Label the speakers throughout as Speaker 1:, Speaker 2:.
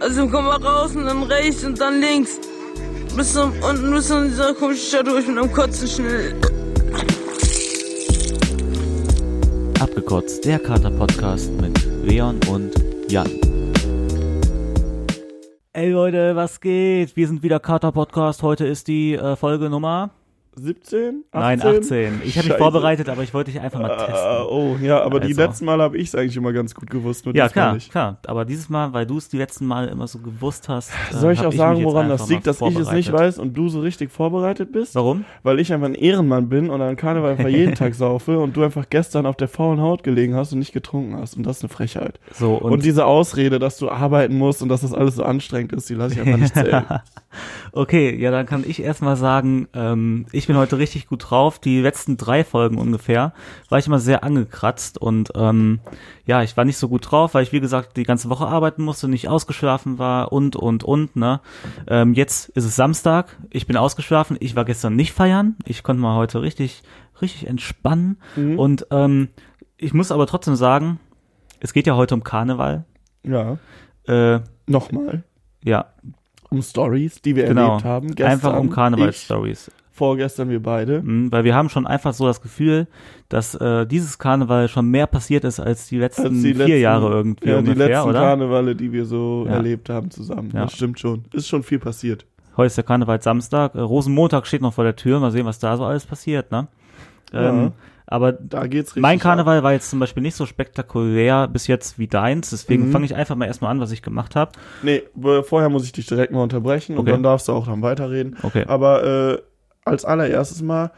Speaker 1: Also komm mal raus und dann rechts und dann links. Bis zum, unten bis zu dieser komischen Stadt durch mit einem Kotzen schnell.
Speaker 2: Abgekotzt, der Kater-Podcast mit Leon und Jan. Ey Leute, was geht? Wir sind wieder Kater-Podcast. Heute ist die äh, Folge Nummer
Speaker 3: 17? 18?
Speaker 2: Nein, 18. Ich habe mich
Speaker 3: Scheiße.
Speaker 2: vorbereitet, aber ich wollte dich einfach mal
Speaker 3: Ah,
Speaker 2: testen.
Speaker 3: oh, ja, aber die
Speaker 2: Also.
Speaker 3: letzten Mal habe ich es eigentlich immer ganz gut gewusst. Nur
Speaker 2: Ja,
Speaker 3: diesmal
Speaker 2: klar,
Speaker 3: Nicht.
Speaker 2: klar. Aber dieses Mal, weil du es die letzten Mal immer so gewusst hast. äh,
Speaker 3: Soll ich
Speaker 2: hab
Speaker 3: auch
Speaker 2: mich
Speaker 3: sagen,
Speaker 2: jetzt
Speaker 3: woran
Speaker 2: einfach
Speaker 3: das
Speaker 2: mal
Speaker 3: liegt, dass ich es nicht
Speaker 2: vorbereitet.
Speaker 3: weiß und du so richtig vorbereitet bist?
Speaker 2: Warum?
Speaker 3: Weil ich einfach ein Ehrenmann bin und an Karneval einfach jeden Tag saufe und du einfach gestern auf der faulen Haut gelegen hast und nicht getrunken hast. Und das ist eine Frechheit.
Speaker 2: So,
Speaker 3: Und,
Speaker 2: und,
Speaker 3: diese Ausrede, dass du arbeiten musst und dass das alles so anstrengend ist, die lasse ich einfach nicht zählen.
Speaker 2: Okay, ja, dann kann ich erstmal sagen, ähm, ich bin heute richtig gut drauf. Die letzten drei Folgen ungefähr war ich immer sehr angekratzt und ähm, ja, ich war nicht so gut drauf, weil ich wie gesagt die ganze Woche arbeiten musste, nicht ausgeschlafen war und und und ne. Ähm, jetzt ist es Samstag, ich bin ausgeschlafen, ich war gestern nicht feiern, ich konnte mal heute richtig richtig entspannen
Speaker 3: Mhm.
Speaker 2: und ähm, ich muss aber trotzdem sagen, es geht ja heute um Karneval.
Speaker 3: ja,
Speaker 2: Äh,
Speaker 3: nochmal.
Speaker 2: ja,
Speaker 3: Um Stories, die wir
Speaker 2: genau.
Speaker 3: erlebt haben. Gestern,
Speaker 2: Einfach um
Speaker 3: Ich,
Speaker 2: Karnevalsstories.
Speaker 3: vorgestern wir beide.
Speaker 2: Mhm, Weil wir haben schon einfach so das Gefühl, dass äh, dieses Karneval schon mehr passiert ist als die letzten
Speaker 3: Als die
Speaker 2: vier
Speaker 3: letzten-
Speaker 2: Jahre irgendwie
Speaker 3: Ja, die
Speaker 2: ungefähr,
Speaker 3: letzten
Speaker 2: oder?
Speaker 3: Karnevale, die wir so
Speaker 2: Ja.
Speaker 3: erlebt haben zusammen.
Speaker 2: Ja.
Speaker 3: Das stimmt schon. Ist schon viel passiert.
Speaker 2: Heute ist der Karneval Samstag, äh, Rosenmontag steht noch vor der Tür, mal sehen, was da so alles passiert, ne? Ähm,
Speaker 3: Ja.
Speaker 2: Aber
Speaker 3: Da geht's richtig.
Speaker 2: mein
Speaker 3: ab.
Speaker 2: Karneval war jetzt zum Beispiel nicht so spektakulär bis jetzt wie deins, deswegen
Speaker 3: Mhm.
Speaker 2: fange ich einfach mal erstmal an, was ich gemacht habe.
Speaker 3: Nee, be- vorher muss ich dich direkt mal unterbrechen und
Speaker 2: Okay.
Speaker 3: dann darfst du auch dann weiterreden.
Speaker 2: Okay.
Speaker 3: Aber äh, als allererstes mal,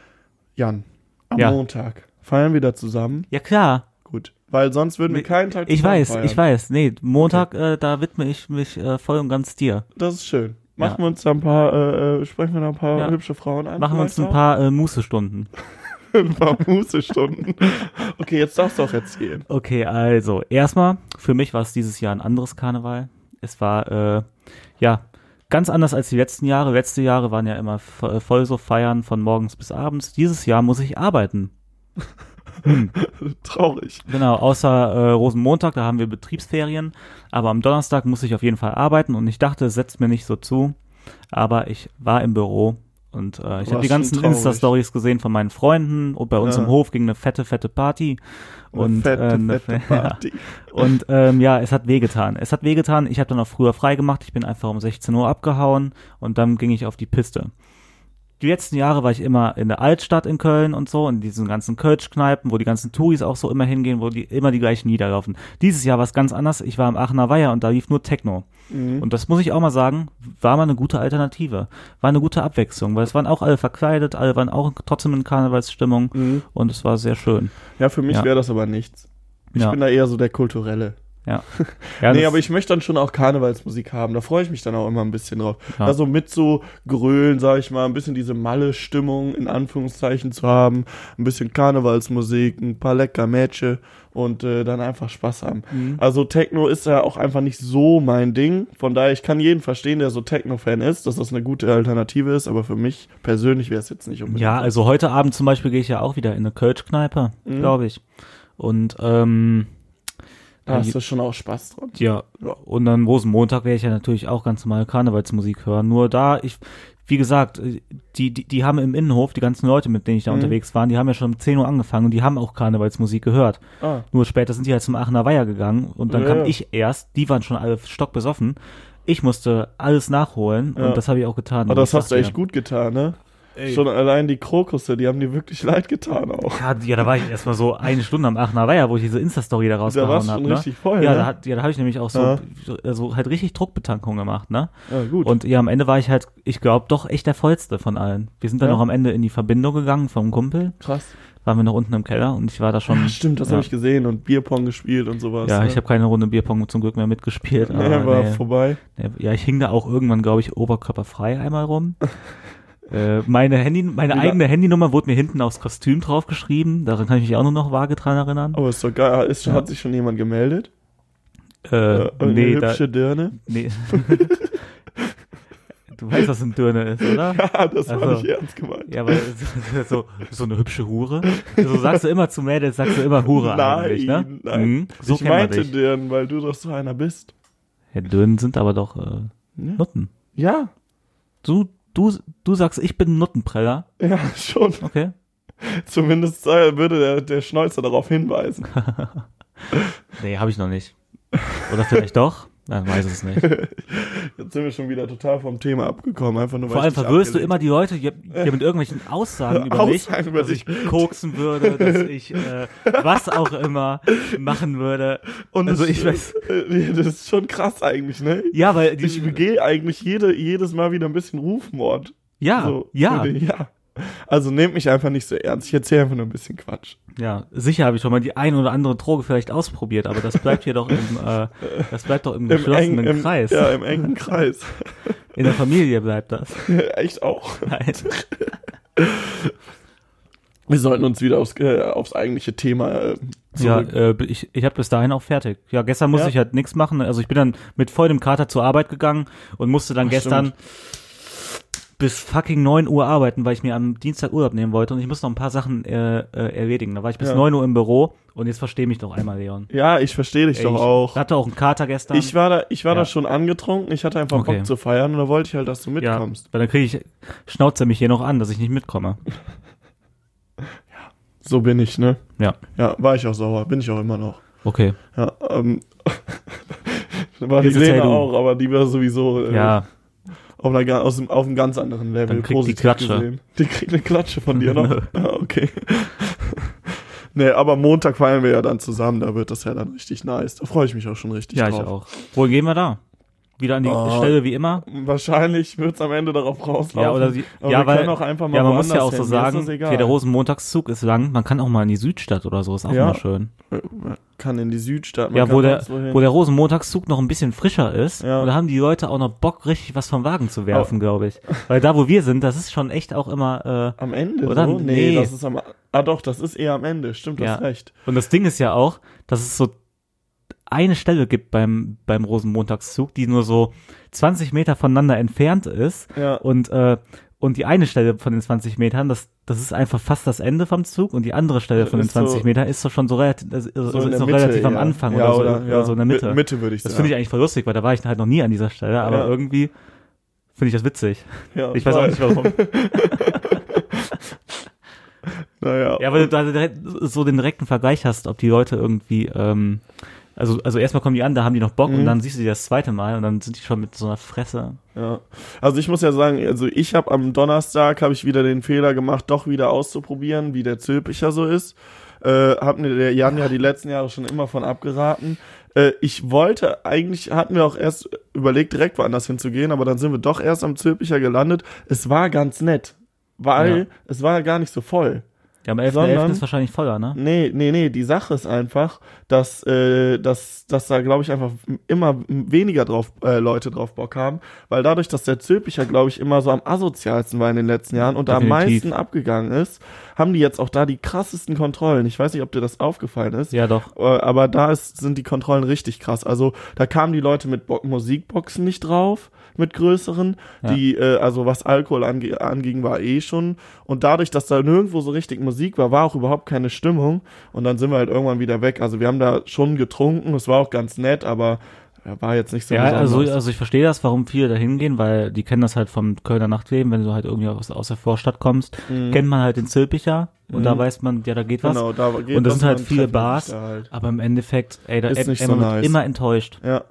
Speaker 3: Jan, am
Speaker 2: Ja.
Speaker 3: Montag feiern wir da zusammen.
Speaker 2: Ja klar,
Speaker 3: Gut. Weil sonst würden wir
Speaker 2: Nee,
Speaker 3: keinen Tag
Speaker 2: ich
Speaker 3: zusammen
Speaker 2: weiß,
Speaker 3: feiern.
Speaker 2: ich weiß. Nee, Montag, äh, da widme ich mich äh, voll und ganz dir.
Speaker 3: Das ist schön.
Speaker 2: Ja.
Speaker 3: Machen wir uns da ein paar, äh, äh, sprechen wir da ein paar
Speaker 2: Ja.
Speaker 3: hübsche Frauen an.
Speaker 2: Machen wir uns ein
Speaker 3: vielleicht
Speaker 2: paar äh, Mußestunden.
Speaker 3: auch? ein paar Mußestunden. okay, jetzt darfst du auch erzählen.
Speaker 2: Okay, also erstmal, für mich war es dieses Jahr ein anderes Karneval. Es war, äh, ja, ganz anders als die letzten Jahre. Letzte Jahre waren ja immer vo- voll so Feiern von morgens bis abends. Dieses Jahr muss ich arbeiten.
Speaker 3: Traurig.
Speaker 2: Genau, außer äh, Rosenmontag, da haben wir Betriebsferien. Aber am Donnerstag muss ich auf jeden Fall arbeiten und ich dachte, es setzt mir nicht so zu. Aber ich war im Büro und äh, ich habe
Speaker 3: Warst
Speaker 2: die ganzen
Speaker 3: schon traurig.
Speaker 2: Insta-Stories gesehen von meinen Freunden und bei uns
Speaker 3: Ja.
Speaker 2: im Hof ging eine fette, fette Party.
Speaker 3: Eine
Speaker 2: Und,
Speaker 3: fette,
Speaker 2: äh, eine
Speaker 3: fette
Speaker 2: fe- ja.
Speaker 3: Party.
Speaker 2: Und ähm, ja, es hat wehgetan. Es hat wehgetan. Ich habe dann auch früher frei gemacht. Ich bin einfach um 16 Uhr abgehauen und dann ging ich auf die Piste. Die letzten Jahre war ich immer in der Altstadt in Köln und so, in diesen ganzen Kölsch-Kneipen, wo die ganzen Touris auch so immer hingehen, wo die immer die gleichen Lieder laufen. Dieses Jahr war es ganz anders. Ich war im Aachener Weiher und da lief nur Techno.
Speaker 3: Mhm.
Speaker 2: Und das muss ich auch mal sagen, war mal eine gute Alternative. War eine gute Abwechslung, weil es waren auch alle verkleidet, alle waren auch trotzdem in Karnevalsstimmung
Speaker 3: Mhm.
Speaker 2: und es war sehr schön.
Speaker 3: Ja, für mich
Speaker 2: Mhm. Ja.
Speaker 3: wäre das aber nichts. Ich
Speaker 2: Ja.
Speaker 3: bin da eher so der Kulturelle.
Speaker 2: Ja. ja
Speaker 3: nee,
Speaker 2: das-
Speaker 3: aber ich möchte dann schon auch Karnevalsmusik haben. Da freue ich mich dann auch immer ein bisschen drauf.
Speaker 2: Ja.
Speaker 3: Also mit so Grölen, sag ich mal, ein bisschen diese Malle-Stimmung in Anführungszeichen zu haben, ein bisschen Karnevalsmusik, ein paar lecker Matches und äh, dann einfach Spaß haben.
Speaker 2: Mhm.
Speaker 3: Also Techno ist ja auch einfach nicht so mein Ding. Von daher, ich kann jeden verstehen, der so Techno-Fan ist, dass das eine gute Alternative ist, aber für mich persönlich wäre es jetzt nicht unbedingt. Mhm.
Speaker 2: Ja, also heute Abend zum Beispiel gehe ich ja auch wieder in eine Kölsch-Kneipe, glaube ich. Und ähm,
Speaker 3: Da hast du schon auch Spaß dran.
Speaker 2: ja, und dann Rosenmontag werde ich ja natürlich auch ganz normal Karnevalsmusik hören. Nur da, ich, wie gesagt, äh, die, die, die haben im Innenhof, die ganzen Leute, mit
Speaker 3: Mhm.
Speaker 2: denen ich da unterwegs war, die haben ja schon um 10 Uhr angefangen und die haben auch Karnevalsmusik gehört.
Speaker 3: Ah.
Speaker 2: Nur später sind die halt zum Aachener Weiher gegangen und dann
Speaker 3: Ja,
Speaker 2: kam
Speaker 3: ja.
Speaker 2: ich erst, die waren schon alle stockbesoffen. Ich musste alles nachholen
Speaker 3: Ja.
Speaker 2: und das habe ich auch getan.
Speaker 3: Aber
Speaker 2: Und
Speaker 3: Ah, das
Speaker 2: ich
Speaker 3: hast du
Speaker 2: dachte
Speaker 3: echt
Speaker 2: mir,
Speaker 3: gut getan, ne? Schon allein die Krokusse, die haben dir wirklich leid getan auch.
Speaker 2: Ja, ja, da war ich erstmal so eine Stunde am Aachener Weiher, wo ich diese Insta-Story da rausgehauen
Speaker 3: warst du
Speaker 2: hab,
Speaker 3: schon
Speaker 2: ne?
Speaker 3: richtig voll,
Speaker 2: ja,
Speaker 3: ne?
Speaker 2: da, hat- ja, da habe ich nämlich auch so,
Speaker 3: Ja.
Speaker 2: so also halt richtig Druckbetankung gemacht, ne?
Speaker 3: Ja, gut.
Speaker 2: Und ja, am Ende war ich halt, ich glaube, doch echt der vollste von allen. Wir sind dann
Speaker 3: Ja.
Speaker 2: noch am Ende in die Verbindung gegangen vom Kumpel,
Speaker 3: krass.
Speaker 2: waren wir noch unten im Keller und ich war da schon.
Speaker 3: Ja, Ah, stimmt, das
Speaker 2: ja.
Speaker 3: habe ich gesehen und Bierpong gespielt und sowas.
Speaker 2: Ja,
Speaker 3: ne?
Speaker 2: ich habe keine Runde Bierpong zum Glück mehr mitgespielt.
Speaker 3: Nee,
Speaker 2: aber
Speaker 3: war
Speaker 2: nee.
Speaker 3: vorbei.
Speaker 2: Ja, Ja, ich hing da auch irgendwann, glaube ich, oberkörperfrei einmal rum. Äh, meine Handy, meine
Speaker 3: Wieder-
Speaker 2: eigene Handynummer wurde mir hinten aufs Kostüm draufgeschrieben. Daran kann ich mich auch nur noch vage dran erinnern.
Speaker 3: Aber ist doch geil. Ist, Hat sich schon jemand gemeldet?
Speaker 2: Äh,
Speaker 3: Irgendeine
Speaker 2: nee, da,
Speaker 3: hübsche Dirne?
Speaker 2: nee. du weißt, was ein Dürner ist, oder?
Speaker 3: Ja, das war
Speaker 2: Also,
Speaker 3: nicht ernst gemeint.
Speaker 2: Ja, weil so, so eine hübsche Hure. So sagst du immer zu Mädels, sagst du immer Hure
Speaker 3: nein,
Speaker 2: eigentlich, ne?
Speaker 3: nein.
Speaker 2: Mhm, so
Speaker 3: ich
Speaker 2: kennen wir
Speaker 3: meinte
Speaker 2: dich.
Speaker 3: Dirnen, weil du doch so einer bist.
Speaker 2: Ja, dünn sind aber doch äh, Nutten.
Speaker 3: Ja,
Speaker 2: Du, du, du sagst, ich bin Nuttenpreller.
Speaker 3: ja, schon.
Speaker 2: Okay.
Speaker 3: Zumindest äh, würde der, der Schnäuzer darauf hinweisen.
Speaker 2: Nee, habe ich noch nicht. Oder vielleicht doch? Man weiß es nicht.
Speaker 3: Jetzt sind wir schon wieder total vom Thema abgekommen. Einfach nur,
Speaker 2: Vor
Speaker 3: weil ich
Speaker 2: allem
Speaker 3: dich
Speaker 2: verwirrst du
Speaker 3: abgelenkt
Speaker 2: immer die Leute hier, hier mit irgendwelchen Aussagen über mich,
Speaker 3: Aussagen über
Speaker 2: dass ich
Speaker 3: dich.
Speaker 2: koksen würde, dass ich äh, was auch immer machen würde.
Speaker 3: Und
Speaker 2: also
Speaker 3: es-
Speaker 2: ich weiß.
Speaker 3: äh, Das ist schon krass eigentlich, ne?
Speaker 2: Ja, weil die,
Speaker 3: Ich begehe eigentlich jede, jedes Mal wieder ein bisschen Rufmord.
Speaker 2: ja,
Speaker 3: So,
Speaker 2: ja,
Speaker 3: ja. Also nehmt mich einfach nicht so ernst. Ich erzähle einfach nur ein bisschen Quatsch.
Speaker 2: ja. Sicher habe ich schon mal die ein oder andere Droge vielleicht ausprobiert, aber das bleibt hier doch im, äh, das bleibt doch im geschlossenen
Speaker 3: engen- im,
Speaker 2: Kreis.
Speaker 3: Ja, im engen Kreis.
Speaker 2: In der Familie bleibt das.
Speaker 3: Echt auch.
Speaker 2: Nein.
Speaker 3: Wir sollten uns wieder aufs, äh, aufs eigentliche Thema äh,
Speaker 2: Ja,
Speaker 3: zurück.
Speaker 2: äh, ich, ich habe bis dahin auch fertig. Ja, gestern musste
Speaker 3: Ja.
Speaker 2: ich halt nichts machen. Also ich bin dann mit vollem Kater zur Arbeit gegangen und musste dann gestern bis fucking 9 Uhr arbeiten, weil ich mir am Dienstag Urlaub nehmen wollte und ich musste noch ein paar Sachen äh, äh, erledigen. Da war ich bis
Speaker 3: Ja.
Speaker 2: 9 Uhr im Büro und jetzt verstehe mich doch einmal, Leon.
Speaker 3: Ja, ich verstehe dich
Speaker 2: Ey,
Speaker 3: doch auch.
Speaker 2: hatte auch einen Kater gestern.
Speaker 3: Ich war da, ich war
Speaker 2: Ja.
Speaker 3: da schon angetrunken. Ich hatte einfach
Speaker 2: Okay.
Speaker 3: Bock zu feiern und da wollte ich halt, dass du
Speaker 2: ja,
Speaker 3: mitkommst.
Speaker 2: weil dann kriege ich, schnauzt er mich hier noch an, dass ich nicht mitkomme.
Speaker 3: So bin ich, ne?
Speaker 2: Ja,
Speaker 3: Ja, war ich auch sauer. Bin ich auch immer noch.
Speaker 2: okay.
Speaker 3: Ja, ähm. war die
Speaker 2: Jetzt erzähl
Speaker 3: Lena
Speaker 2: du.
Speaker 3: auch, aber die war sowieso äh,
Speaker 2: Ja,
Speaker 3: auf, einer, ga- aus, einem- auf einem ganz anderen Level.
Speaker 2: Dann kriegt die Klatsche.
Speaker 3: Die kriegt eine Klatsche von dir noch.
Speaker 2: Nö.
Speaker 3: Ah, okay. nee, aber Montag feiern wir ja dann zusammen. Da wird das ja dann richtig nice. Da freue ich mich auch schon richtig
Speaker 2: ja, ich
Speaker 3: drauf.
Speaker 2: auch. Wohin gehen wir da? Wieder an die
Speaker 3: Oh.
Speaker 2: Stelle wie immer?
Speaker 3: Wahrscheinlich wird's am Ende darauf rauslaufen.
Speaker 2: Ja, oder sie,
Speaker 3: aber
Speaker 2: ja,
Speaker 3: wir
Speaker 2: weil,
Speaker 3: können auch einfach mal
Speaker 2: ja, man muss ja auch
Speaker 3: woanders
Speaker 2: so
Speaker 3: hin. Mir ist
Speaker 2: sagen,
Speaker 3: das egal.
Speaker 2: okay, der Rosenmontagszug ist lang, man kann auch mal in die Südstadt oder so, ist auch
Speaker 3: Ja.
Speaker 2: mal schön.
Speaker 3: Man kann in die Südstadt. man
Speaker 2: ja,
Speaker 3: kann
Speaker 2: wo der,
Speaker 3: sonst wohin.
Speaker 2: wo der Rosenmontagszug noch ein bisschen frischer ist,
Speaker 3: Ja.
Speaker 2: und da haben die Leute auch noch Bock, richtig was vom Wagen zu werfen, glaube ich. Weil da, wo wir sind, das ist schon echt auch immer, äh,
Speaker 3: Am Ende,
Speaker 2: Oder?
Speaker 3: so? Nee,
Speaker 2: Nee.
Speaker 3: das ist am. Ah, doch, das ist eher am Ende. Stimmt, das
Speaker 2: Ja.
Speaker 3: hast recht.
Speaker 2: äh, und das Ding ist ja auch, dass es so eine Stelle gibt beim, beim Rosenmontagszug, die nur so 20 Meter voneinander entfernt ist,
Speaker 3: Ja.
Speaker 2: Und, äh, und die eine Stelle von den 20 Metern, das, das ist einfach fast das Ende vom Zug und die andere Stelle von den
Speaker 3: Ist so-
Speaker 2: 20 Metern ist doch schon so relativ, also,
Speaker 3: So in
Speaker 2: ist
Speaker 3: der
Speaker 2: noch
Speaker 3: Mitte,
Speaker 2: relativ am
Speaker 3: ja.
Speaker 2: Anfang
Speaker 3: ja,
Speaker 2: oder, so, oder,
Speaker 3: ja.
Speaker 2: so in der Mitte.
Speaker 3: Mi- Mitte würde ich
Speaker 2: das
Speaker 3: sagen.
Speaker 2: finde ich eigentlich voll lustig, weil da war ich halt noch nie an dieser Stelle, aber
Speaker 3: Ja.
Speaker 2: irgendwie finde ich das witzig.
Speaker 3: Ja,
Speaker 2: Ich weiß auch
Speaker 3: voll.
Speaker 2: nicht warum.
Speaker 3: Naja.
Speaker 2: ja, weil du da direkt so den direkten Vergleich hast, ob die Leute irgendwie, ähm, also, also erstmal kommen die an, da haben die noch
Speaker 3: Mhm.
Speaker 2: Bock und dann siehst du die das zweite Mal und dann sind die schon mit so einer Fresse.
Speaker 3: Ja. Also ich muss ja sagen, also ich habe am Donnerstag habe ich wieder den Fehler gemacht, doch wieder auszuprobieren, wie der Zülpicher so ist. Äh, hat mir der Jan ja die letzten Jahre schon immer von abgeraten. Äh, ich wollte eigentlich, hatten wir auch erst überlegt, direkt woanders hinzugehen, aber dann sind wir doch erst am Zülpicher gelandet. Es war ganz nett, weil
Speaker 2: Ja.
Speaker 3: es war gar nicht so voll.
Speaker 2: Ja, am 11.11.
Speaker 3: Sondern- Mhm.
Speaker 2: ist wahrscheinlich voller, ne?
Speaker 3: Nee, nee, nee, die Sache ist einfach, dass, äh, dass, dass da, glaube ich, einfach immer weniger drauf, äh, Leute drauf Bock haben, weil dadurch, dass der Zülpicher, glaube ich, immer so am asozialsten war in den letzten Jahren und da am
Speaker 2: Definitiv.
Speaker 3: meisten abgegangen ist, haben die jetzt auch da die krassesten Kontrollen. Ich weiß nicht, ob dir das aufgefallen ist.
Speaker 2: Ja, doch.
Speaker 3: Äh, aber da ist, sind die Kontrollen richtig krass. Also da kamen die Leute mit Bo Musikboxen nicht drauf, mit größeren.
Speaker 2: Ja.
Speaker 3: Die, äh, also was Alkohol ange anging, war eh schon. Und dadurch, dass da nirgendwo so richtig Musik war, war auch überhaupt keine Stimmung. Und dann sind wir halt irgendwann wieder weg. Also wir haben da schon getrunken, es war auch ganz nett, aber ja, war jetzt nicht so
Speaker 2: Ja, also,
Speaker 3: besonders.
Speaker 2: also ich verstehe das, warum viele da hingehen, weil die kennen das halt vom Kölner Nachtleben, wenn du halt irgendwie aus, aus der Vorstadt kommst, kennt man halt den Zülpicher und da weiß man, ja, da geht was.
Speaker 3: Mhm. genau, da geht
Speaker 2: und das
Speaker 3: was,
Speaker 2: sind halt
Speaker 3: dann
Speaker 2: viele
Speaker 3: treffen die sich
Speaker 2: Bars,
Speaker 3: da halt.
Speaker 2: aber im Endeffekt, ey, da
Speaker 3: Ist
Speaker 2: ey,
Speaker 3: nicht
Speaker 2: ey,
Speaker 3: so
Speaker 2: man wird
Speaker 3: nice.
Speaker 2: immer enttäuscht.
Speaker 3: Ja.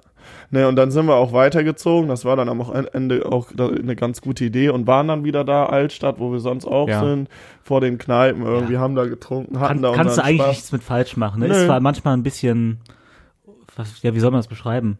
Speaker 3: Ne, und dann sind wir auch weitergezogen. Das war dann am Ende auch da- eine ganz gute Idee und waren dann wieder da, Altstadt, wo wir sonst auch
Speaker 2: Ja.
Speaker 3: sind, vor den Kneipen. Irgendwie haben da getrunken,
Speaker 2: Kann,
Speaker 3: hatten da
Speaker 2: kannst du
Speaker 3: unseren
Speaker 2: eigentlich
Speaker 3: Spaß.
Speaker 2: nichts mit falsch machen. Ne?
Speaker 3: Nö.
Speaker 2: Ist zwar manchmal ein bisschen, was, ja, wie soll man das beschreiben?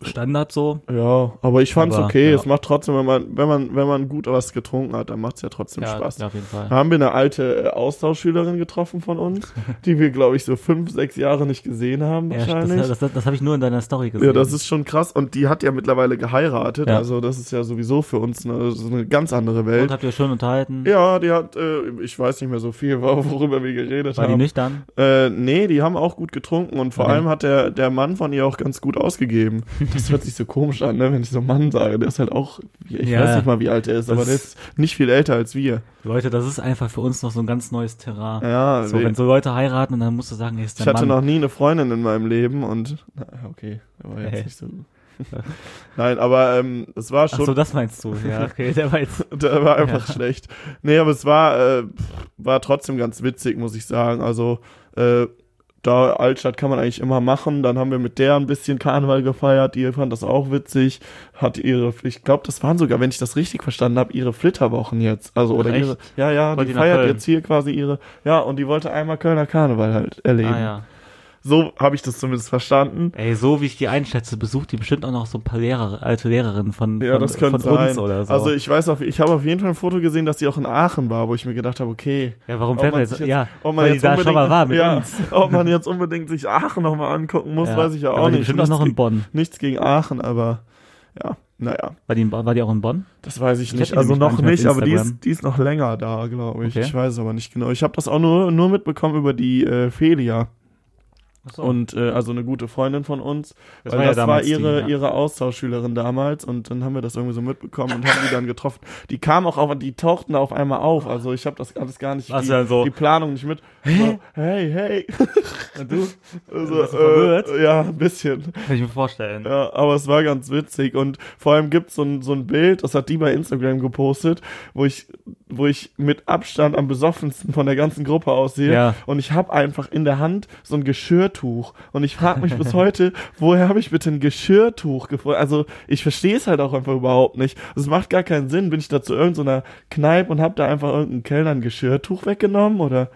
Speaker 2: Standard so.
Speaker 3: Ja, aber ich fand's
Speaker 2: Aber,
Speaker 3: okay.
Speaker 2: ja.
Speaker 3: Es macht trotzdem, wenn man, wenn man, wenn man gut was getrunken hat, dann macht's ja trotzdem Spaß.
Speaker 2: ja, auf jeden Fall.
Speaker 3: Da haben wir eine alte äh, Austauschschülerin getroffen von uns, die wir, glaube ich, so fünf, sechs Jahre nicht gesehen haben
Speaker 2: Ja,
Speaker 3: wahrscheinlich.
Speaker 2: das das, das, das habe ich nur in deiner Story gesehen.
Speaker 3: Ja, das ist schon krass. Und die hat ja mittlerweile geheiratet.
Speaker 2: Ja.
Speaker 3: Also das ist ja sowieso für uns eine, so eine ganz andere Welt.
Speaker 2: Und habt ihr schön unterhalten?
Speaker 3: Ja, die hat, äh, ich weiß nicht mehr so viel, worüber wir geredet
Speaker 2: War die
Speaker 3: haben.
Speaker 2: nüchtern?
Speaker 3: Äh, nee, die haben auch gut getrunken und vor
Speaker 2: Okay.
Speaker 3: allem hat der, der Mann von ihr auch ganz gut ausgegeben. Das hört sich so komisch an, ne, wenn ich so Mann sage. Der ist halt auch, ich
Speaker 2: Ja.
Speaker 3: weiß nicht mal, wie alt er ist, aber
Speaker 2: Das-
Speaker 3: der ist nicht viel älter als wir.
Speaker 2: Leute, das ist einfach für uns noch so ein ganz neues Terrain.
Speaker 3: Ja,
Speaker 2: So,
Speaker 3: wir-
Speaker 2: wenn so Leute heiraten und dann musst du sagen, ey, ist
Speaker 3: ich
Speaker 2: dein
Speaker 3: hatte
Speaker 2: Mann.
Speaker 3: noch nie eine Freundin in meinem Leben und, na, okay, der war jetzt
Speaker 2: Hey.
Speaker 3: nicht so. Nein, aber ähm, es war schon
Speaker 2: Achso, das meinst du. Ja, okay, der war jetzt.
Speaker 3: Der war einfach
Speaker 2: Ja.
Speaker 3: schlecht. Nee, aber es war, äh, pff, war trotzdem ganz witzig, muss ich sagen. Also, äh, da Altstadt kann man eigentlich immer machen. Dann haben wir mit der ein bisschen Karneval gefeiert. Die fand das auch witzig. Hat ihre, ich glaube, das waren sogar, wenn ich das richtig verstanden habe, ihre Flitterwochen jetzt. Also, oder
Speaker 2: Ach, echt?
Speaker 3: ihre, ja, ja,
Speaker 2: Wollte
Speaker 3: die
Speaker 2: die nach
Speaker 3: feiert
Speaker 2: Köln?
Speaker 3: jetzt hier quasi ihre, ja, und die wollte einmal Kölner Karneval halt erleben.
Speaker 2: Ah, ja.
Speaker 3: So habe ich das zumindest verstanden.
Speaker 2: Ey, so wie ich die einschätze, besucht die bestimmt auch noch so ein paar Lehrer, alte Lehrerinnen von,
Speaker 3: Ja,
Speaker 2: von,
Speaker 3: das könnte
Speaker 2: von
Speaker 3: sein.
Speaker 2: uns oder so.
Speaker 3: Also ich weiß auf, ich habe auf jeden Fall ein Foto gesehen, dass sie auch in Aachen war, wo ich mir gedacht habe, okay,
Speaker 2: ja, warum
Speaker 3: ob
Speaker 2: fährt
Speaker 3: man
Speaker 2: er jetzt?
Speaker 3: sich jetzt-
Speaker 2: Ja,
Speaker 3: ob
Speaker 2: weil
Speaker 3: man
Speaker 2: die
Speaker 3: oh jetzt
Speaker 2: da schon mal
Speaker 3: unbedingt-
Speaker 2: war mit
Speaker 3: ja,
Speaker 2: uns.
Speaker 3: Ob man jetzt unbedingt sich Aachen nochmal angucken muss, weiß ich ja
Speaker 2: Da
Speaker 3: auch
Speaker 2: war die
Speaker 3: nicht.
Speaker 2: Bestimmt auch
Speaker 3: Nichts,
Speaker 2: noch in
Speaker 3: ge-
Speaker 2: Bonn.
Speaker 3: nichts gegen Aachen, aber ja, naja,
Speaker 2: War die, in Bonn- war die auch in Bonn?
Speaker 3: das weiß ich
Speaker 2: Ich
Speaker 3: nicht.
Speaker 2: hab die
Speaker 3: Also
Speaker 2: nämlich
Speaker 3: noch
Speaker 2: manchmal auf
Speaker 3: nicht, aber die
Speaker 2: Instagram.
Speaker 3: ist, die ist noch länger da, glaube ich.
Speaker 2: Okay.
Speaker 3: Ich weiß aber nicht genau. Ich habe das auch nur, nur mitbekommen über die äh, Felia
Speaker 2: Achso.
Speaker 3: und äh, also eine gute Freundin von uns,
Speaker 2: Das
Speaker 3: weil
Speaker 2: war ja
Speaker 3: das war
Speaker 2: damals die,
Speaker 3: ihre
Speaker 2: ja.
Speaker 3: ihre Austauschschülerin damals und dann haben wir das irgendwie so mitbekommen und haben die dann getroffen. Die kamen auch auf, die tauchten da auf einmal auf. Also ich habe das alles gar nicht
Speaker 2: Ach,
Speaker 3: die,
Speaker 2: dann so.
Speaker 3: die Planung nicht mit. So, hey, hey.
Speaker 2: Und du? Kann
Speaker 3: Also,
Speaker 2: Warst du verwirrt?
Speaker 3: Äh, ja, ein bisschen.
Speaker 2: ich mir vorstellen.
Speaker 3: Ja, aber es war ganz witzig. Und vor allem gibt so es so ein Bild, das hat die bei Instagram gepostet, wo ich, wo ich mit Abstand am besoffensten von der ganzen Gruppe aussehe.
Speaker 2: Ja.
Speaker 3: Und ich habe einfach in der Hand so ein Geschirrtuch. Und ich frage mich bis heute, woher habe ich bitte ein Geschirrtuch gefunden? Also ich verstehe es halt auch einfach überhaupt nicht. Es macht gar keinen Sinn. Bin ich da zu irgendeiner Kneipe und habe da einfach irgendeinen Kellner ein Geschirrtuch weggenommen? Oder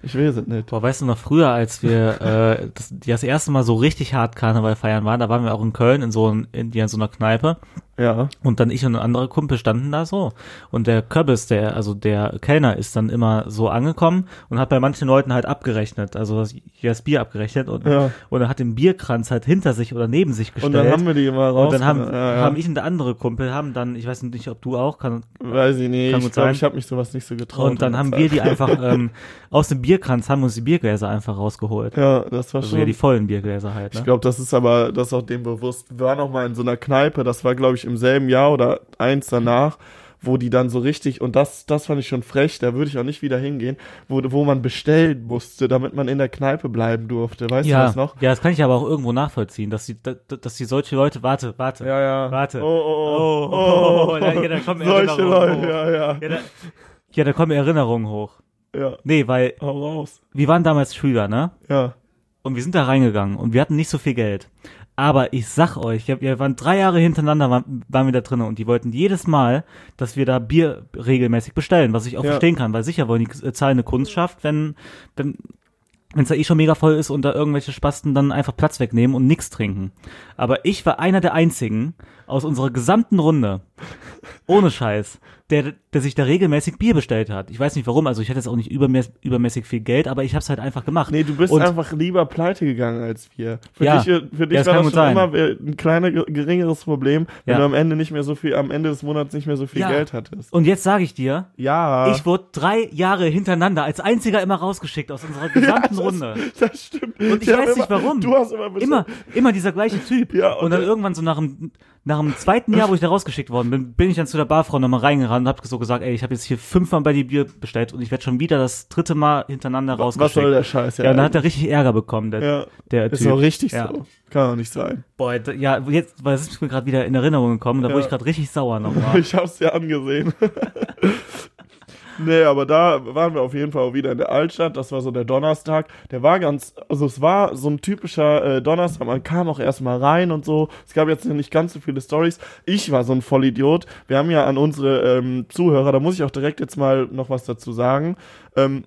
Speaker 3: ich weiß es nicht.
Speaker 2: Boah, weißt du noch früher, als wir äh, das, die das erste Mal so richtig hart Karneval feiern waren, da waren wir auch in Köln in so, ein, in, in so einer Kneipe
Speaker 3: Ja.
Speaker 2: und dann ich und ein anderer Kumpel standen da so und der Köbbis, der also der Kellner ist dann immer so angekommen und hat bei manchen Leuten halt abgerechnet, also das, das Bier abgerechnet und,
Speaker 3: Ja.
Speaker 2: und er hat den Bierkranz halt hinter sich oder neben sich
Speaker 3: Und
Speaker 2: gestellt.
Speaker 3: dann haben wir die immer
Speaker 2: Und
Speaker 3: raus.
Speaker 2: dann haben,
Speaker 3: ja, ja.
Speaker 2: haben ich und der andere Kumpel haben dann, ich weiß nicht, ob du auch, kann,
Speaker 3: Weiß ich nicht.
Speaker 2: Kann
Speaker 3: ich
Speaker 2: gut
Speaker 3: glaube,
Speaker 2: sein.
Speaker 3: ich habe mich sowas nicht so getraut.
Speaker 2: und dann haben
Speaker 3: in der
Speaker 2: wir die einfach ähm, aus dem Bierkranz, haben uns die Biergläser einfach rausgeholt.
Speaker 3: Zeit. Ja, das war
Speaker 2: Also
Speaker 3: schon.
Speaker 2: ja, die vollen Biergläser halt, ne?
Speaker 3: ich glaube, das ist aber, das ist auch dem bewusst. Wir waren auch mal in so einer Kneipe, das war, glaube ich, im selben Jahr oder eins danach, wo die dann so richtig, und das, das fand ich schon frech, da würde ich auch nicht wieder hingehen, wo, wo man bestellen musste, damit man in der Kneipe bleiben durfte. Weißt du
Speaker 2: ja,
Speaker 3: das noch?
Speaker 2: ja, das kann ich aber auch irgendwo nachvollziehen, dass die, dass, dass die solche Leute, warte, warte,
Speaker 3: Ja, ja.
Speaker 2: warte.
Speaker 3: Oh, oh, oh.
Speaker 2: Oh, oh, oh, da- ja, da kommen
Speaker 3: Solche
Speaker 2: Erinnerungen
Speaker 3: Leute, ja, ja.
Speaker 2: Ja, da, ja, da kommen Erinnerungen hoch.
Speaker 3: Ja,
Speaker 2: Nee, weil
Speaker 3: hau raus.
Speaker 2: wir waren damals Schüler, ne?
Speaker 3: Ja.
Speaker 2: Und wir sind da reingegangen und wir hatten nicht so viel Geld. Aber ich sag euch, ich hab- wir waren drei Jahre hintereinander, waren, waren wir da drinnen und die wollten jedes Mal, dass wir da Bier regelmäßig bestellen, was ich auch
Speaker 3: Ja.
Speaker 2: verstehen kann, weil sicher wollen die äh, zahlende Kundschaft, wenn, wenn wenn's da eh schon mega voll ist und da irgendwelche Spasten dann einfach Platz wegnehmen und nichts trinken. Aber ich war einer der einzigen aus unserer gesamten Runde, ohne Scheiß, der, der sich da regelmäßig Bier bestellt hat. Ich weiß nicht warum, also ich hatte jetzt auch nicht übermäß, übermäßig viel Geld, aber ich hab's halt einfach gemacht.
Speaker 3: Nee, du bist
Speaker 2: und,
Speaker 3: einfach lieber pleite gegangen als wir. Für
Speaker 2: Ja.
Speaker 3: dich, äh, für dich
Speaker 2: Ja, das kann
Speaker 3: war das schon
Speaker 2: gut sein.
Speaker 3: immer äh, ein kleiner, ge- geringeres Problem, wenn
Speaker 2: Ja.
Speaker 3: du am Ende nicht mehr so viel, am Ende des Monats nicht mehr so viel
Speaker 2: Ja.
Speaker 3: Geld hattest.
Speaker 2: und jetzt sage ich dir,
Speaker 3: Ja.
Speaker 2: Ich wurde drei Jahre hintereinander als einziger immer rausgeschickt aus unserer gesamten Runde.
Speaker 3: das stimmt.
Speaker 2: Und ich
Speaker 3: Die haben
Speaker 2: weiß nicht
Speaker 3: immer,
Speaker 2: warum.
Speaker 3: Du hast immer,
Speaker 2: Immer, immer dieser gleiche Typ.
Speaker 3: Ja, und
Speaker 2: und, dann
Speaker 3: der-
Speaker 2: irgendwann so nach dem, nach dem zweiten Jahr, wo ich da rausgeschickt worden bin, bin ich dann zu der Barfrau nochmal reingerannt und hab so gesagt, ey, ich habe jetzt hier fünfmal bei dir Bier bestellt und ich werde schon wieder das dritte Mal hintereinander
Speaker 3: Was
Speaker 2: rausgeschickt.
Speaker 3: soll der Scheiß?
Speaker 2: ja, und dann hat er richtig Ärger bekommen, der,
Speaker 3: ja.
Speaker 2: der
Speaker 3: Ist
Speaker 2: Typ.
Speaker 3: doch richtig
Speaker 2: Ja.
Speaker 3: so. Kann doch nicht sein.
Speaker 2: Boah, d- ja, jetzt, weil es ist mir gerade wieder in Erinnerung gekommen, da
Speaker 3: Ja.
Speaker 2: wurde ich gerade richtig sauer nochmal.
Speaker 3: Ich hab's dir angesehen. Nee, aber da waren wir auf jeden Fall auch wieder in der Altstadt. Das war so der Donnerstag. Der war ganz, also es war so ein typischer äh, Donnerstag. Man kam auch erstmal rein und so. Es gab jetzt nicht ganz so viele Stories. Ich war so ein Vollidiot. Wir haben ja an unsere ähm, Zuhörer, da muss ich auch direkt jetzt mal noch was dazu sagen. Ähm,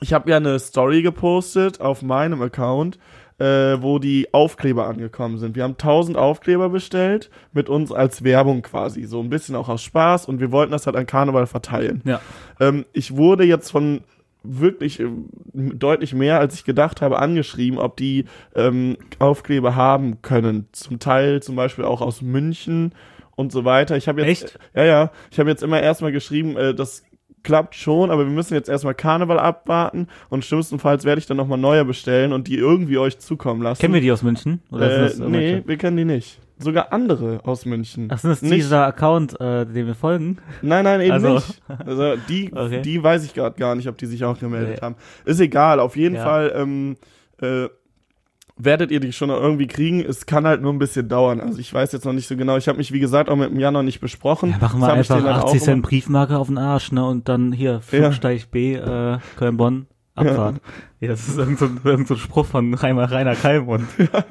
Speaker 3: ich habe ja eine Story gepostet auf meinem Account, äh, wo die Aufkleber angekommen sind. Wir haben 1000 Aufkleber bestellt, mit uns als Werbung quasi. So ein bisschen auch aus Spaß und wir wollten das halt an Karneval verteilen.
Speaker 2: Ja.
Speaker 3: Ähm, ich wurde jetzt von wirklich ähm, deutlich mehr, als ich gedacht habe, angeschrieben, ob die ähm, Aufkleber haben können. Zum Teil zum Beispiel auch aus München und so weiter. Ich habe jetzt, äh,
Speaker 2: Echt?
Speaker 3: ja ja, ich habe jetzt immer erstmal geschrieben, äh, das klappt schon, aber wir müssen jetzt erstmal Karneval abwarten und schlimmstenfalls werde ich dann nochmal neue bestellen und die irgendwie euch zukommen lassen.
Speaker 2: Kennen wir die aus München?
Speaker 3: Äh,
Speaker 2: sind das
Speaker 3: nee,
Speaker 2: irgendwelche-
Speaker 3: wir kennen die nicht. Sogar andere aus München.
Speaker 2: Ach, sind das
Speaker 3: Nicht-
Speaker 2: dieser Account, äh, dem wir folgen?
Speaker 3: Nein, nein, eben
Speaker 2: Also-
Speaker 3: nicht. Also die,
Speaker 2: Okay.
Speaker 3: die weiß ich gerade gar nicht, ob die sich auch gemeldet
Speaker 2: Nee.
Speaker 3: haben. Ist egal, auf jeden
Speaker 2: Ja.
Speaker 3: Fall ähm, äh, werdet ihr die schon noch irgendwie kriegen. Es kann halt nur ein bisschen dauern. Also ich weiß jetzt noch nicht so genau. Ich habe mich, wie gesagt, auch mit dem Jan noch nicht besprochen.
Speaker 2: Ja, machen wir
Speaker 3: Das hab ich
Speaker 2: einfach
Speaker 3: denen dann auch
Speaker 2: 80 Cent
Speaker 3: immer-
Speaker 2: Briefmarke auf den Arsch, ne? Und dann hier Flugsteig B, äh, Köln-Bonn, Abfahrt. Ja. das ist irgendein so, ein- irgend so ein Spruch von Rainer, Rainer Kalmund.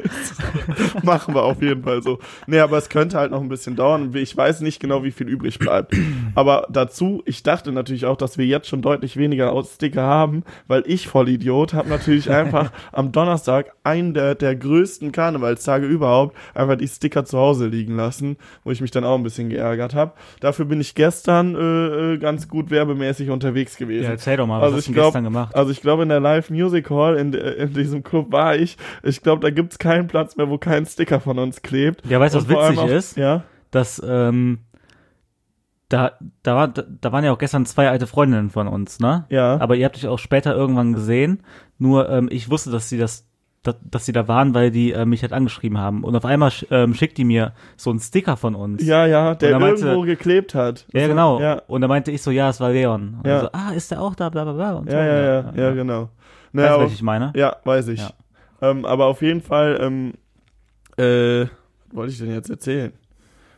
Speaker 3: Machen wir auf jeden Fall so. Nee, aber es könnte halt noch ein bisschen dauern. Ich weiß nicht genau, wie viel übrig bleibt. Aber dazu, ich dachte natürlich auch, dass wir jetzt schon deutlich weniger aus- Sticker haben, weil ich Vollidiot habe natürlich einfach am Donnerstag, einen der, der größten Karnevalstage überhaupt, einfach die Sticker zu Hause liegen lassen, wo ich mich dann auch ein bisschen geärgert habe. Dafür bin ich gestern äh, äh, ganz gut werbemäßig unterwegs gewesen.
Speaker 2: Ja, erzähl doch mal, was
Speaker 3: Also
Speaker 2: hast
Speaker 3: ich
Speaker 2: du
Speaker 3: glaub-
Speaker 2: gestern gemacht?
Speaker 3: Also ich glaube, in der Live Music Hall, in, de- in diesem Club war ich. Ich glaube, da gibt's keinen Platz mehr, wo kein Sticker von uns klebt.
Speaker 2: Ja, weißt du, was
Speaker 3: Und vor allem
Speaker 2: witzig
Speaker 3: auch-
Speaker 2: ist?
Speaker 3: Ja.
Speaker 2: Dass, ähm, da, da, war, da waren ja auch gestern zwei alte Freundinnen von uns, ne?
Speaker 3: Ja.
Speaker 2: Aber ihr habt euch auch später irgendwann gesehen. Nur ähm, ich wusste, dass sie das, dass, dass sie da waren, weil die äh, mich halt angeschrieben haben. Und auf einmal sch, ähm, schickt die mir so einen Sticker von uns.
Speaker 3: Ja, ja, der
Speaker 2: Und da meinte-
Speaker 3: irgendwo geklebt hat.
Speaker 2: Ja, genau.
Speaker 3: Ja,
Speaker 2: Und da meinte ich so, ja, es war Leon. Und
Speaker 3: Ja.
Speaker 2: er so, ah, ist der auch da, bla bla bla. Und so.
Speaker 3: ja, ja, ja, ja, genau. Naja,
Speaker 2: Weißt du,
Speaker 3: aber-
Speaker 2: was ich meine?
Speaker 3: Ja, weiß ich.
Speaker 2: Ja.
Speaker 3: Ähm, aber auf jeden Fall, ähm, äh, was wollte ich denn jetzt erzählen?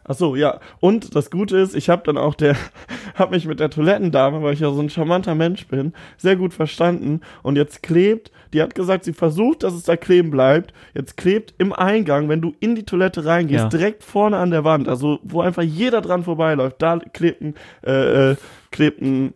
Speaker 3: Ach so, ja. Und das Gute ist, ich habe dann auch der, habe mich mit der Toilettendame, weil ich ja so ein charmanter Mensch bin, sehr gut verstanden. Und jetzt klebt, die hat gesagt, sie versucht, dass es da kleben bleibt. Jetzt klebt im Eingang, wenn du in die Toilette reingehst,
Speaker 2: Ja.
Speaker 3: direkt vorne an der Wand, also wo einfach jeder dran vorbeiläuft, da klebt ein, äh, äh, klebt ein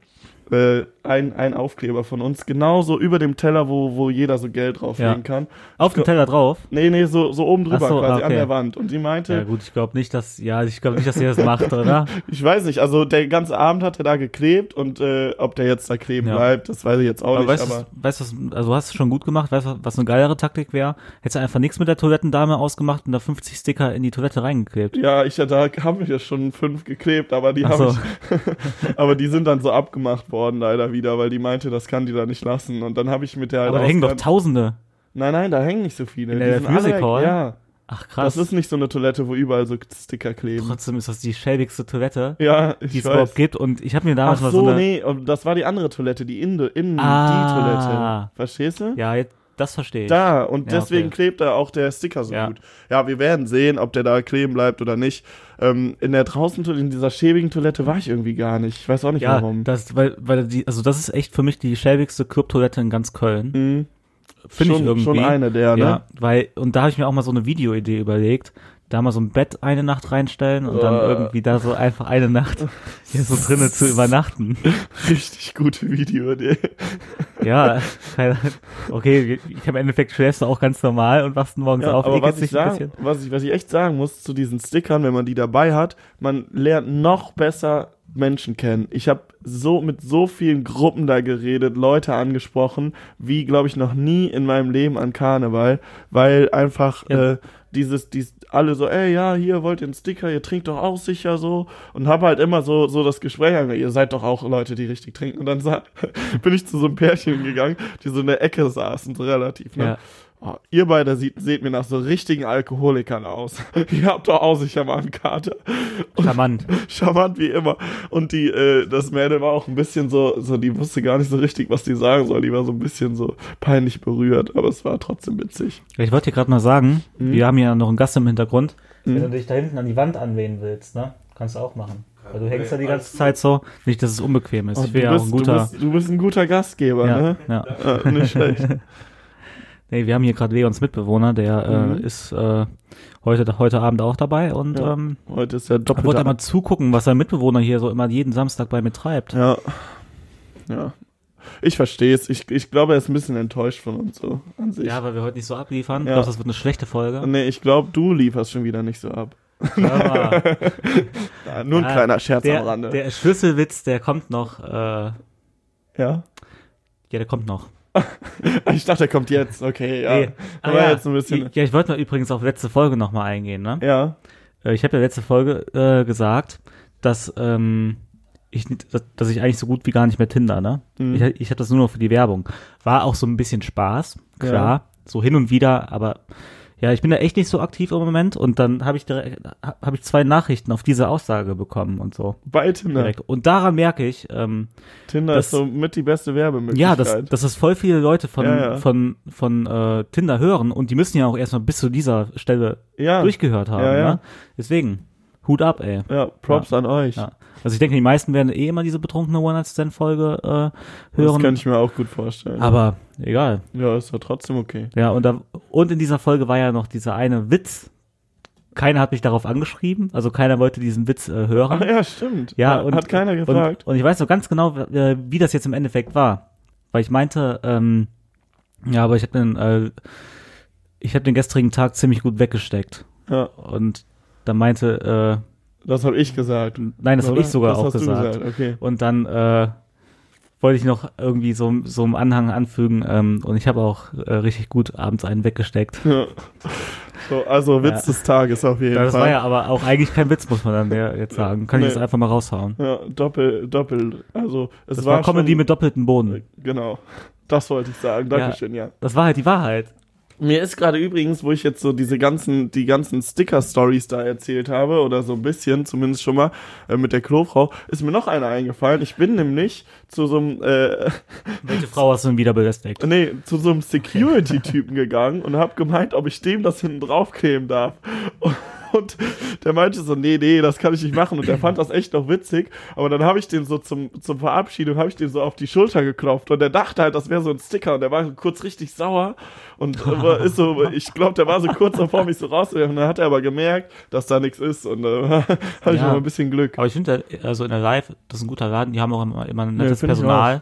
Speaker 3: äh, ein, ein Aufkleber von uns, genauso über dem Teller, wo, wo jeder so Geld drauflegen
Speaker 2: Ja.
Speaker 3: kann.
Speaker 2: Auf dem Teller drauf.
Speaker 3: Nee, nee, so, so oben drüber
Speaker 2: Ach so, ah,
Speaker 3: quasi
Speaker 2: okay.
Speaker 3: an der Wand. Und die meinte,
Speaker 2: Ja gut, ich glaube nicht, dass, ja, ich glaube nicht, dass ihr das macht, oder?
Speaker 3: ich weiß nicht, also der ganze Abend hat er da geklebt und äh, ob der jetzt da kleben
Speaker 2: Ja.
Speaker 3: bleibt, das weiß ich jetzt auch
Speaker 2: Aber
Speaker 3: nicht.
Speaker 2: weißt
Speaker 3: aber
Speaker 2: du, weißt, du, was- also hast du schon gut gemacht, weißt du, was eine geilere Taktik wäre? Hättest du einfach nichts mit der Toilettendame ausgemacht und da 50 Sticker in die Toilette reingeklebt.
Speaker 3: ja, ich da haben wir ja schon fünf geklebt, aber die
Speaker 2: Ach
Speaker 3: haben
Speaker 2: so.
Speaker 3: ich, aber die sind dann so abgemacht worden leider wieder, weil die meinte, das kann die da nicht lassen. Und dann habe ich mit der halt
Speaker 2: Aber da hängen doch
Speaker 3: ausgehandelt-
Speaker 2: Tausende.
Speaker 3: Nein, nein, da hängen nicht so viele.
Speaker 2: In
Speaker 3: Die
Speaker 2: der
Speaker 3: sind alle
Speaker 2: Music
Speaker 3: weg.
Speaker 2: Hall?
Speaker 3: Ja.
Speaker 2: Ach krass.
Speaker 3: Das ist nicht so eine Toilette, wo überall so Sticker kleben.
Speaker 2: Trotzdem ist das die schäbigste Toilette,
Speaker 3: Ja, ich
Speaker 2: die es
Speaker 3: weiß.
Speaker 2: überhaupt gibt. Und ich habe mir damals
Speaker 3: Ach
Speaker 2: mal
Speaker 3: so,
Speaker 2: so, eine.
Speaker 3: nee, und das war die andere Toilette, die innen, innen
Speaker 2: Ah.
Speaker 3: die Toilette. Verstehst du?
Speaker 2: Ja, jetzt, das verstehe ich.
Speaker 3: Da, und
Speaker 2: Ja,
Speaker 3: deswegen
Speaker 2: okay.
Speaker 3: klebt da auch der Sticker so
Speaker 2: Ja.
Speaker 3: gut. Ja, wir werden sehen, ob der da kleben bleibt oder nicht. Ähm, in der draußen in dieser schäbigen Toilette war ich irgendwie gar nicht. Ich weiß auch nicht
Speaker 2: ja,
Speaker 3: warum.
Speaker 2: das, weil, weil die, also das ist echt für mich die schäbigste Clubtoilette in ganz Köln.
Speaker 3: Mhm.
Speaker 2: Finde ich
Speaker 3: Schon-
Speaker 2: irgendwie.
Speaker 3: schon eine der, ne?
Speaker 2: Ja, weil, und da habe ich mir auch mal so eine Videoidee überlegt. Da mal so ein Bett eine Nacht reinstellen und dann
Speaker 3: Äh.
Speaker 2: irgendwie da so einfach eine Nacht hier so drinnen zu übernachten.
Speaker 3: Richtig gute Videoidee.
Speaker 2: Ja, keine, okay, ich habe im Endeffekt schläfst du auch ganz normal und wachst morgens
Speaker 3: Ja,
Speaker 2: auf,
Speaker 3: aber
Speaker 2: ekelst
Speaker 3: was ich,
Speaker 2: dich ein
Speaker 3: sagen,
Speaker 2: bisschen.
Speaker 3: was, ich, was ich echt sagen muss zu diesen Stickern, wenn man die dabei hat, man lernt noch besser Menschen kennen. Ich habe so mit so vielen Gruppen da geredet, Leute angesprochen, wie glaube ich noch nie in meinem Leben an Karneval, weil einfach
Speaker 2: Ja.
Speaker 3: äh, dieses, dies, alle so, ey ja, hier wollt ihr einen Sticker, ihr trinkt doch auch sicher so und habe halt immer so so das Gespräch angefangen, ihr seid doch auch Leute, die richtig trinken und dann sa- bin ich zu so einem Pärchen gegangen, die so in der Ecke saßen, so relativ, ne?
Speaker 2: Ja.
Speaker 3: Oh, ihr beide sieht, seht mir nach so richtigen Alkoholikern aus. ihr habt doch auch sicher mal einen Kater. Und
Speaker 2: Charmant.
Speaker 3: charmant wie immer. Und die, äh, das Mädel war auch ein bisschen so, so, die wusste gar nicht so richtig, was die sagen soll. Die war so ein bisschen so peinlich berührt, aber es war trotzdem witzig.
Speaker 2: Ich wollte dir gerade mal sagen,
Speaker 3: Mhm.
Speaker 2: wir haben ja noch einen Gast im Hintergrund. Wenn du dich da hinten an die Wand anlehnen willst, ne? Kannst du auch machen. Weil du hängst ja die ganze Zeit so. Nicht, dass es unbequem ist.
Speaker 3: Oh,
Speaker 2: ich bin ja auch ein
Speaker 3: du,
Speaker 2: guter.
Speaker 3: bist, du bist ein guter Gastgeber,
Speaker 2: Ja,
Speaker 3: ne?
Speaker 2: ja.
Speaker 3: Äh, nicht schlecht.
Speaker 2: Nee, wir haben hier gerade Leons Mitbewohner, der äh, ist äh, heute, heute Abend auch dabei und
Speaker 3: Mhm. Ja.
Speaker 2: ähm,
Speaker 3: Heute ist ja
Speaker 2: ich wollte
Speaker 3: doppelter.
Speaker 2: einmal zugucken, was sein Mitbewohner hier so immer jeden Samstag bei mir treibt.
Speaker 3: ja. Ja. Ich verstehe es. Ich, ich glaube, er ist ein bisschen enttäuscht von uns so an sich.
Speaker 2: Ja, weil wir heute nicht so abliefern.
Speaker 3: Ja.
Speaker 2: Ich glaube, das wird eine schlechte Folge.
Speaker 3: Nee, ich glaube, du lieferst schon wieder nicht so ab.
Speaker 2: Aber
Speaker 3: Ja, nur ein
Speaker 2: Ja,
Speaker 3: kleiner Scherz
Speaker 2: Ah, der,
Speaker 3: am Rande.
Speaker 2: der Schlüsselwitz, der kommt noch. Äh, ja,
Speaker 3: ja.
Speaker 2: der kommt noch.
Speaker 3: Ich dachte, der kommt jetzt. Okay, ja.
Speaker 2: Nee.
Speaker 3: Aber
Speaker 2: Ah ja.
Speaker 3: jetzt ein bisschen.
Speaker 2: Ja, ich wollte mal übrigens auf letzte Folge nochmal eingehen. Ne?
Speaker 3: Ja.
Speaker 2: Äh, Ich habe ja letzte Folge äh, gesagt, dass, ähm, ich, nicht- dass, dass ich eigentlich so gut wie gar nicht mehr Tinder, ne?
Speaker 3: Mhm.
Speaker 2: Ich, ich habe das nur noch für die Werbung. War auch so ein bisschen Spaß, klar, so hin und wieder, aber Ja, ich bin da echt nicht so aktiv im Moment und dann habe ich direkt habe ich zwei Nachrichten auf diese Aussage bekommen und so.
Speaker 3: Bei Tinder.
Speaker 2: Direkt. Und daran merke ich, ähm,
Speaker 3: Tinder
Speaker 2: Das-
Speaker 3: ist so mit die beste Werbemöglichkeit.
Speaker 2: ja, dass, dass das voll viele Leute von
Speaker 3: Ja, ja.
Speaker 2: von von äh, Tinder hören und die müssen ja auch erstmal bis zu dieser Stelle
Speaker 3: ja,
Speaker 2: durchgehört haben.
Speaker 3: Ja, ja.
Speaker 2: Ne? Deswegen Hut ab, ey.
Speaker 3: ja, Props an euch.
Speaker 2: Ja. Also ich denke, die meisten werden eh immer diese betrunkene One-Night-Stand-Folge äh,
Speaker 3: Das
Speaker 2: hören.
Speaker 3: kann ich mir auch gut vorstellen.
Speaker 2: aber egal.
Speaker 3: ja, ist doch trotzdem okay.
Speaker 2: Ja, und, da, und in dieser Folge war ja noch dieser eine Witz. Keiner hat mich darauf angeschrieben, also keiner wollte diesen Witz äh, hören.
Speaker 3: Ah ja, stimmt.
Speaker 2: Ja,
Speaker 3: Hat-
Speaker 2: und,
Speaker 3: hat keiner gefragt.
Speaker 2: Und, und ich weiß noch ganz genau, äh, wie das jetzt im Endeffekt war. Weil ich meinte, ähm, ja, aber ich habe den, äh, ich habe den gestrigen Tag ziemlich gut weggesteckt.
Speaker 3: ja,
Speaker 2: Und dann meinte,
Speaker 3: das habe ich gesagt.
Speaker 2: äh, nein, das habe
Speaker 3: Oder?
Speaker 2: ich sogar
Speaker 3: das
Speaker 2: auch
Speaker 3: hast
Speaker 2: gesagt.
Speaker 3: Du gesagt. Okay.
Speaker 2: Und dann äh, wollte ich noch irgendwie so, so einen Anhang anfügen. Ähm, und ich habe auch äh, richtig gut abends einen weggesteckt.
Speaker 3: Ja. So, also Witz
Speaker 2: Ja.
Speaker 3: des Tages auf jeden
Speaker 2: Das
Speaker 3: Fall.
Speaker 2: war ja aber auch eigentlich kein Witz, muss man dann ja jetzt sagen. Kann ich
Speaker 3: Nee.
Speaker 2: jetzt einfach mal raushauen.
Speaker 3: Ja, doppel, doppel. Also es
Speaker 2: Das war, Comedy
Speaker 3: schon,
Speaker 2: mit doppeltem Boden.
Speaker 3: Genau. Das wollte ich sagen. Dankeschön, ja.
Speaker 2: Das war halt die Wahrheit.
Speaker 3: Mir ist gerade übrigens, wo ich jetzt so diese ganzen, die ganzen Sticker-Stories da erzählt habe, oder so ein bisschen, zumindest schon mal, äh, mit der Klofrau, ist mir noch einer eingefallen. Ich bin nämlich zu so einem, äh,
Speaker 2: Welche Frau hast du denn wieder belästigt?
Speaker 3: Nee, zu so einem Security-Typen gegangen und hab gemeint, ob ich dem das hinten draufkleben darf. Und, und der meinte so, nee, nee, das kann ich nicht machen. Und der fand das echt noch witzig. Aber dann habe ich den so zum, zum Verabschiedung, habe ich den so auf die Schulter geklopft. Und der dachte halt, das wäre so ein Sticker. Und der war so kurz richtig sauer. Und war- ist so, ich glaube, der war so kurz davor, mich so rauszuwerfen. Dann hat er aber gemerkt, dass da nichts ist. Und äh, hatte ich
Speaker 2: Ja.
Speaker 3: noch ein bisschen Glück.
Speaker 2: Aber ich finde, also in der Live, das ist ein guter Laden, die haben auch immer, immer ein nettes
Speaker 3: find ich
Speaker 2: Personal.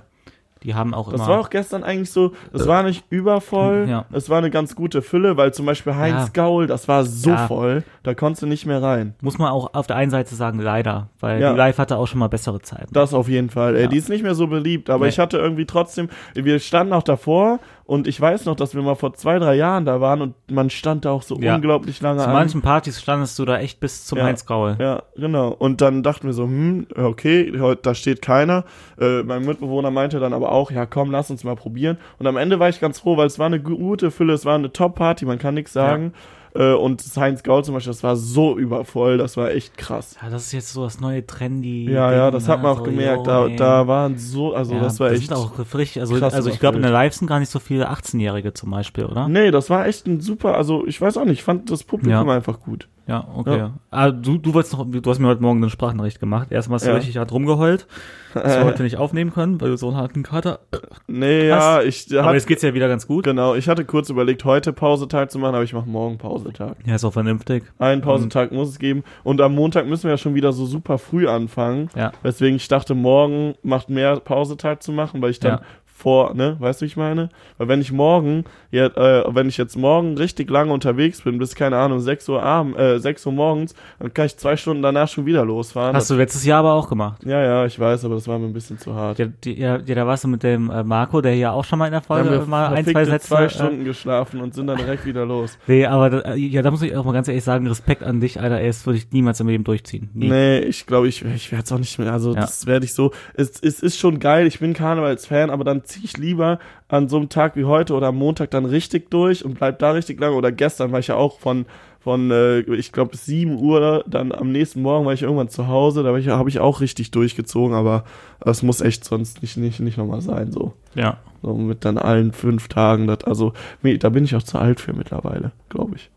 Speaker 2: Die haben auch
Speaker 3: Das
Speaker 2: immer.
Speaker 3: war auch gestern eigentlich so, es war nicht übervoll,
Speaker 2: Äh, ja.
Speaker 3: es war eine ganz gute Fülle, weil zum Beispiel Heinz
Speaker 2: Ja.
Speaker 3: Gaul, das war so
Speaker 2: Ja.
Speaker 3: voll, da konntest du nicht mehr rein.
Speaker 2: muss man auch auf der einen Seite sagen, leider, weil
Speaker 3: Ja.
Speaker 2: die Live hatte auch schon mal bessere Zeiten.
Speaker 3: Das auf jeden Fall. Ey,
Speaker 2: Ja.
Speaker 3: Die ist nicht mehr so beliebt, aber
Speaker 2: Nee.
Speaker 3: ich hatte irgendwie trotzdem, wir standen auch davor und ich weiß noch, dass wir mal vor zwei, drei Jahren da waren und man stand da auch so
Speaker 2: Ja.
Speaker 3: unglaublich lange
Speaker 2: Zu
Speaker 3: an.
Speaker 2: manchen Partys standest du da echt bis zum
Speaker 3: Ja.
Speaker 2: Heinz Graul.
Speaker 3: Ja, genau. Und dann dachten wir so, hm, okay, heute, da steht keiner. Äh, mein Mitbewohner meinte dann aber auch, ja komm, lass uns mal probieren. Und am Ende war ich ganz froh, weil es war eine gute Fülle, es war eine Top-Party, man kann nichts sagen. Äh, und Science Gaul zum Beispiel, das war so übervoll, das war echt krass.
Speaker 2: Ja, Ah, das ist jetzt so das neue Trendy.
Speaker 3: Ja, ja,
Speaker 2: Ding,
Speaker 3: das
Speaker 2: ne?
Speaker 3: hat man auch
Speaker 2: So,
Speaker 3: gemerkt.
Speaker 2: yo,
Speaker 3: Da,
Speaker 2: ey.
Speaker 3: da waren so, also
Speaker 2: ja,
Speaker 3: das war
Speaker 2: das
Speaker 3: echt.
Speaker 2: Sind auch richtig, also,
Speaker 3: krass
Speaker 2: also ich glaube, in der
Speaker 3: überfüllt.
Speaker 2: Live sind gar nicht so viele 18-Jährige zum Beispiel, oder?
Speaker 3: Nee, das war echt ein super, also ich weiß auch nicht, ich fand das Publikum
Speaker 2: Ja.
Speaker 3: einfach gut.
Speaker 2: Ja, okay.
Speaker 3: Ja.
Speaker 2: Ah, du, du wolltest noch, du hast mir heute Morgen eine Sprachnachricht gemacht. Erstmal hast du
Speaker 3: Ja.
Speaker 2: richtig hart rumgeheult, dass wir heute nicht aufnehmen können, weil du so einen harten Kater.
Speaker 3: Nee, ja, ich
Speaker 2: Aber
Speaker 3: hatte,
Speaker 2: jetzt geht's ja wieder ganz gut.
Speaker 3: genau, ich hatte kurz überlegt, heute Pausetag zu machen, aber ich mache morgen Pausetag.
Speaker 2: Ja, ist auch vernünftig.
Speaker 3: Einen
Speaker 2: Mhm.
Speaker 3: Pausentag muss es geben. Und am Montag müssen wir ja schon wieder so super früh anfangen.
Speaker 2: Ja.
Speaker 3: Weswegen ich dachte, morgen macht mehr Pausetag zu machen, weil ich dann
Speaker 2: Ja.
Speaker 3: vor, ne, weißt du, wie ich meine? Weil wenn ich morgen, ja, äh, wenn ich jetzt morgen richtig lange unterwegs bin, bis, keine Ahnung, 6 Uhr abend, äh, 6 Uhr morgens, dann kann ich zwei Stunden danach schon wieder losfahren.
Speaker 2: Hast du letztes Jahr aber auch gemacht.
Speaker 3: ja, ja, ich weiß, aber das war mir ein bisschen zu hart.
Speaker 2: Ja, die, ja, ja, da warst du mit dem äh, Marco, der hier auch schon mal in der
Speaker 3: Dann
Speaker 2: Folge
Speaker 3: haben wir
Speaker 2: mal ein, zwei
Speaker 3: verfickte
Speaker 2: Sätze.
Speaker 3: zwei
Speaker 2: äh,
Speaker 3: Stunden geschlafen und sind dann direkt wieder los.
Speaker 2: Nee, aber da, äh, ja, da muss ich auch mal ganz ehrlich sagen, Respekt an dich, Alter, ey, das würde ich niemals im Leben durchziehen. Nie.
Speaker 3: Nee, ich glaube, ich, ich werde es auch nicht mehr. Also,
Speaker 2: Hm. Ja.
Speaker 3: das werde ich so. Es, es ist schon geil, ich bin Karnevals-Fan, aber dann ziehe ich lieber an so einem Tag wie heute oder am Montag dann richtig durch und bleib da richtig lange. Oder gestern war ich ja auch von, von äh, ich glaube, bis 7 Uhr. Dann am nächsten Morgen war ich irgendwann zu Hause. Da war ich- habe ich auch richtig durchgezogen, aber es muss echt sonst nicht, nicht, nicht nochmal sein. So.
Speaker 2: Ja.
Speaker 3: so mit dann allen fünf Tagen. Das, also, nee, da bin ich auch zu alt für mittlerweile, glaube ich.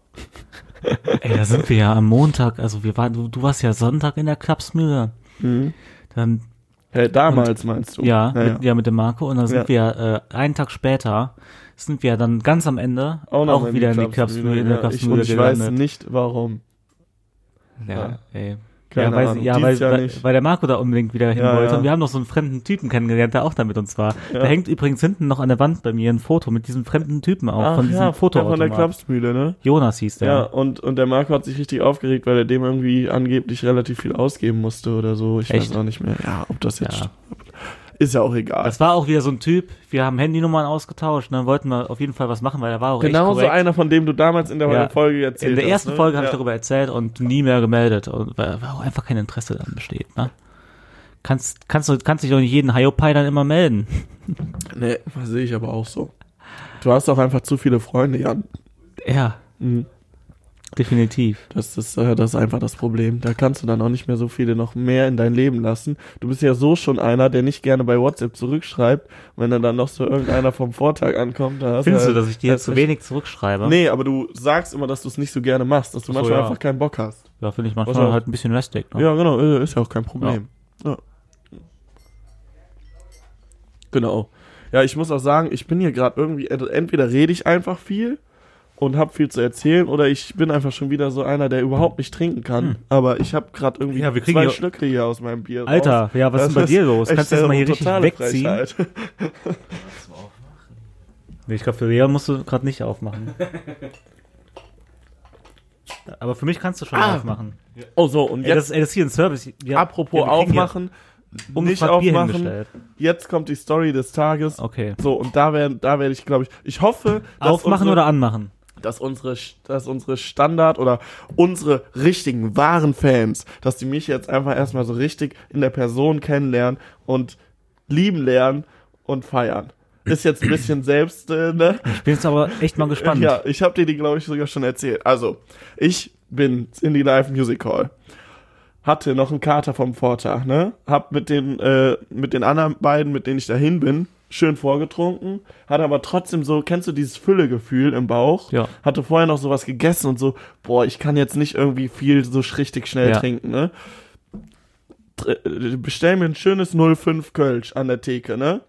Speaker 2: Ey, da sind wir ja am Montag, also wir waren, du, du warst ja Sonntag in der Klapsmühle.
Speaker 3: Mhm.
Speaker 2: Dann,
Speaker 3: Hey, damals meinst du?
Speaker 2: ja,
Speaker 3: Naja.
Speaker 2: mit, ja, mit dem Marco und dann sind
Speaker 3: Ja.
Speaker 2: wir äh, einen Tag später, sind wir dann ganz am Ende auch,
Speaker 3: noch mal
Speaker 2: wieder in die Klapsmühle,
Speaker 3: Klapsmühle,
Speaker 2: in der
Speaker 3: ja. Ich-
Speaker 2: Klapsmühle
Speaker 3: Und ich weiß
Speaker 2: gelandet.
Speaker 3: nicht warum.
Speaker 2: Ja, ey.
Speaker 3: Keine
Speaker 2: ja, weil,
Speaker 3: Ahnung.
Speaker 2: ja,
Speaker 3: Dies
Speaker 2: weil,
Speaker 3: Jahr
Speaker 2: weil,
Speaker 3: nicht.
Speaker 2: weil der Marco da unbedingt wieder hin
Speaker 3: Ja,
Speaker 2: wollte.
Speaker 3: ja.
Speaker 2: Und wir haben noch so einen fremden Typen kennengelernt, der auch da mit uns war.
Speaker 3: Ja.
Speaker 2: Da hängt übrigens hinten noch an der Wand bei mir ein Foto mit diesem fremden Typen auch,
Speaker 3: Ach
Speaker 2: von diesem
Speaker 3: ja,
Speaker 2: Foto.
Speaker 3: Von der Klapsmühle, ne?
Speaker 2: Jonas hieß
Speaker 3: Ja,
Speaker 2: der.
Speaker 3: und, und der Marco hat sich richtig aufgeregt, weil er dem irgendwie angeblich relativ viel ausgeben musste oder so. Ich
Speaker 2: Echt?
Speaker 3: weiß auch nicht mehr. Ja, ob das jetzt.
Speaker 2: Ja.
Speaker 3: Ist ja auch egal.
Speaker 2: Das war auch wieder so ein Typ. Wir haben Handynummern ausgetauscht. Dann wollten wir auf jeden Fall was machen, weil er war auch
Speaker 3: genau
Speaker 2: echt
Speaker 3: so
Speaker 2: korrekt.
Speaker 3: einer, von dem du damals in der
Speaker 2: Ja.
Speaker 3: Folge erzählt
Speaker 2: In der
Speaker 3: hast.
Speaker 2: ersten
Speaker 3: ne?
Speaker 2: Folge habe
Speaker 3: ja.
Speaker 2: ich darüber erzählt und nie mehr gemeldet, und weil, weil auch einfach kein Interesse daran besteht. Ne? Kannst, kannst, du, kannst dich doch nicht jeden Hiopai dann immer melden.
Speaker 3: Nee, sehe ich aber auch so. Du hast auch einfach zu viele Freunde, Jan.
Speaker 2: Ja,
Speaker 3: Mhm.
Speaker 2: Definitiv.
Speaker 3: Das ist, äh, das ist einfach das Problem. Da kannst du dann auch nicht mehr so viele noch mehr in dein Leben lassen. Du bist ja so schon einer, der nicht gerne bei WhatsApp zurückschreibt. Wenn dann, dann noch so irgendeiner vom Vortag ankommt, da hast
Speaker 2: Findest du,
Speaker 3: halt-
Speaker 2: dass ich dir
Speaker 3: hast
Speaker 2: zu
Speaker 3: echt-
Speaker 2: wenig zurückschreibe?
Speaker 3: Nee, aber du sagst immer, dass du es nicht so gerne machst, dass du
Speaker 2: Ach so,
Speaker 3: manchmal
Speaker 2: ja.
Speaker 3: einfach keinen Bock hast.
Speaker 2: Ja, finde ich
Speaker 3: Pass
Speaker 2: manchmal
Speaker 3: auf.
Speaker 2: halt ein bisschen lästig. Ne?
Speaker 3: Ja, genau, äh, ist ja auch kein Problem. Ja. Genau. Ja, ich muss auch sagen, ich bin hier gerade irgendwie, ent- entweder rede ich einfach viel und habe viel zu erzählen oder ich bin einfach schon wieder so einer, der überhaupt nicht trinken kann. Aber ich habe gerade irgendwie
Speaker 2: Hm. Ja, wir kriegen
Speaker 3: zwei
Speaker 2: hier-
Speaker 3: Schlücke hier aus meinem Bier.
Speaker 2: Alter,
Speaker 3: raus.
Speaker 2: ja, was ist
Speaker 3: Das
Speaker 2: denn bei dir los?
Speaker 3: echt
Speaker 2: Kannst du das
Speaker 3: eine
Speaker 2: mal hier richtig
Speaker 3: totale
Speaker 2: wegziehen?
Speaker 3: Frechheit.
Speaker 2: Nee, ich glaube, für Lea musst du gerade nicht aufmachen. Aber für mich kannst du schon
Speaker 3: Ah.
Speaker 2: aufmachen.
Speaker 3: Oh so, und
Speaker 2: Ey,
Speaker 3: jetzt,
Speaker 2: das, ey, das ist hier ein Service. Ja,
Speaker 3: apropos
Speaker 2: ja, wir kriegen hier
Speaker 3: aufmachen, nicht
Speaker 2: ungefragt um Bier
Speaker 3: aufmachen,
Speaker 2: hingestellt.
Speaker 3: jetzt kommt die Story des Tages.
Speaker 2: Okay.
Speaker 3: So, und da werde da werd ich, glaube ich, ich hoffe, dass
Speaker 2: Aufmachen
Speaker 3: unsere,
Speaker 2: oder anmachen?
Speaker 3: dass unsere, dass unsere Standard- oder unsere richtigen, wahren Fans, dass die mich jetzt einfach erstmal so richtig in der Person kennenlernen und lieben lernen und feiern. Ist jetzt ein bisschen selbst, äh, ne?
Speaker 2: Ich bin jetzt aber echt mal gespannt.
Speaker 3: Ja, ich habe dir die, glaube ich, sogar schon erzählt. Also, ich bin in die Live Music Hall. Hatte noch einen Kater vom Vortag, ne? Hab mit den, äh, mit den anderen beiden, mit denen ich dahin bin, schön vorgetrunken. Hatte aber trotzdem so, kennst du dieses Füllegefühl im Bauch?
Speaker 2: Ja.
Speaker 3: Hatte vorher noch sowas gegessen und so, boah, ich kann jetzt nicht irgendwie viel so sch- richtig schnell
Speaker 2: Ja.
Speaker 3: trinken, ne? Tr- äh, Bestell mir ein schönes 05 Kölsch an der Theke, ne?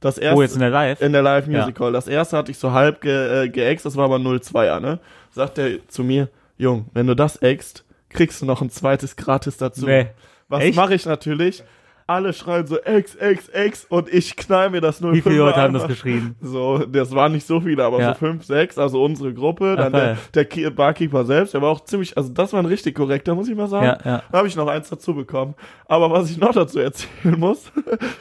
Speaker 3: Das erste,
Speaker 2: Oh, jetzt in der Live?
Speaker 3: in der Live Music
Speaker 2: Ja.
Speaker 3: Hall. Das erste hatte ich so halb ge, äh, geäxt, das war aber 02er, ne? Sagt er zu mir, Jung, wenn du das äxt, kriegst du noch ein zweites gratis dazu.
Speaker 2: Nee.
Speaker 3: Was
Speaker 2: Echt?
Speaker 3: mache ich natürlich? Alle schreien so ex, ex, ex und ich knall mir das 05er.
Speaker 2: Wie viele Leute haben das
Speaker 3: einfach.
Speaker 2: geschrieben?
Speaker 3: So, das waren nicht so viele, aber
Speaker 2: Ja.
Speaker 3: so fünf, sechs, also unsere Gruppe, dann
Speaker 2: Ach,
Speaker 3: der,
Speaker 2: geil.
Speaker 3: der Ki- Barkeeper selbst, der war auch ziemlich, also das war ein richtig korrekter, muss ich mal sagen.
Speaker 2: Ja, ja.
Speaker 3: Da habe ich noch eins dazu bekommen. Aber was ich noch dazu erzählen muss,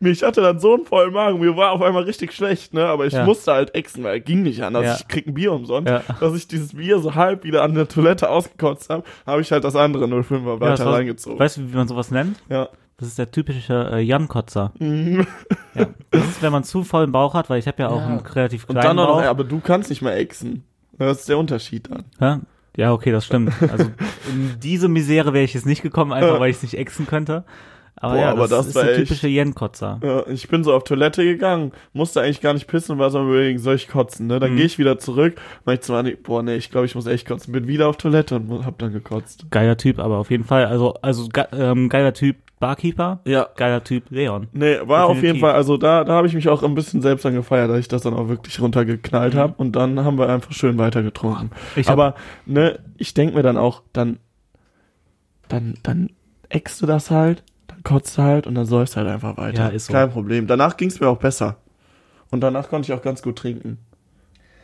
Speaker 3: ich hatte dann so einen vollen Magen, mir war auf einmal richtig schlecht, ne? Aber ich
Speaker 2: Ja.
Speaker 3: musste halt exen, weil ging nicht anders.
Speaker 2: Ja.
Speaker 3: Ich krieg ein Bier umsonst.
Speaker 2: Ja.
Speaker 3: Dass ich dieses Bier so halb wieder an der Toilette ausgekotzt habe, habe ich halt das andere 05er
Speaker 2: Ja, das
Speaker 3: weiter
Speaker 2: war-
Speaker 3: reingezogen.
Speaker 2: Weißt du, wie man sowas nennt?
Speaker 3: Ja.
Speaker 2: Das ist der typische äh, Jan-Kotzer. ja. Das ist, wenn man zu vollen Bauch hat, weil ich habe ja auch
Speaker 3: Mhm. Ja.
Speaker 2: einen relativ
Speaker 3: Und
Speaker 2: kleinen
Speaker 3: dann auch
Speaker 2: Bauch.
Speaker 3: noch, aber du kannst nicht mehr exen. Das ist der Unterschied dann.
Speaker 2: Ja? ja, okay, das stimmt. Also in diese Misere wäre ich jetzt nicht gekommen, einfach weil ich es nicht exen könnte. Aber
Speaker 3: Boah,
Speaker 2: ja, das,
Speaker 3: aber das
Speaker 2: ist
Speaker 3: war
Speaker 2: der
Speaker 3: echt-
Speaker 2: typische Jan-Kotzer.
Speaker 3: Ja, ich bin so auf Toilette gegangen, musste eigentlich gar nicht pissen und war so am überlegen, soll ich kotzen, ne? Dann gehe ich wieder zurück, mach ich zwar nicht, boah, nee, ich glaube, ich muss echt kotzen. Bin wieder auf Toilette und hab dann gekotzt.
Speaker 2: Geiler Typ, aber auf jeden Fall. Also, also ge ähm, geiler Typ Barkeeper,
Speaker 3: Ja.
Speaker 2: geiler Typ Leon.
Speaker 3: Nee, war auf jeden
Speaker 2: Definitiv.
Speaker 3: Fall, also da, da habe ich mich auch ein bisschen selbst dann gefeiert, dass ich das dann auch wirklich runtergeknallt habe und dann haben wir einfach schön weitergetrunken.
Speaker 2: Mhm. Ich hab-
Speaker 3: Aber, ne, ich denk mir dann auch, dann, dann, dann eckst du das halt, dann kotzt du halt und dann säufst halt einfach weiter.
Speaker 2: Ja, ist so.
Speaker 3: Kein Problem. Danach ging's mir auch besser. Und danach konnte ich auch ganz gut trinken.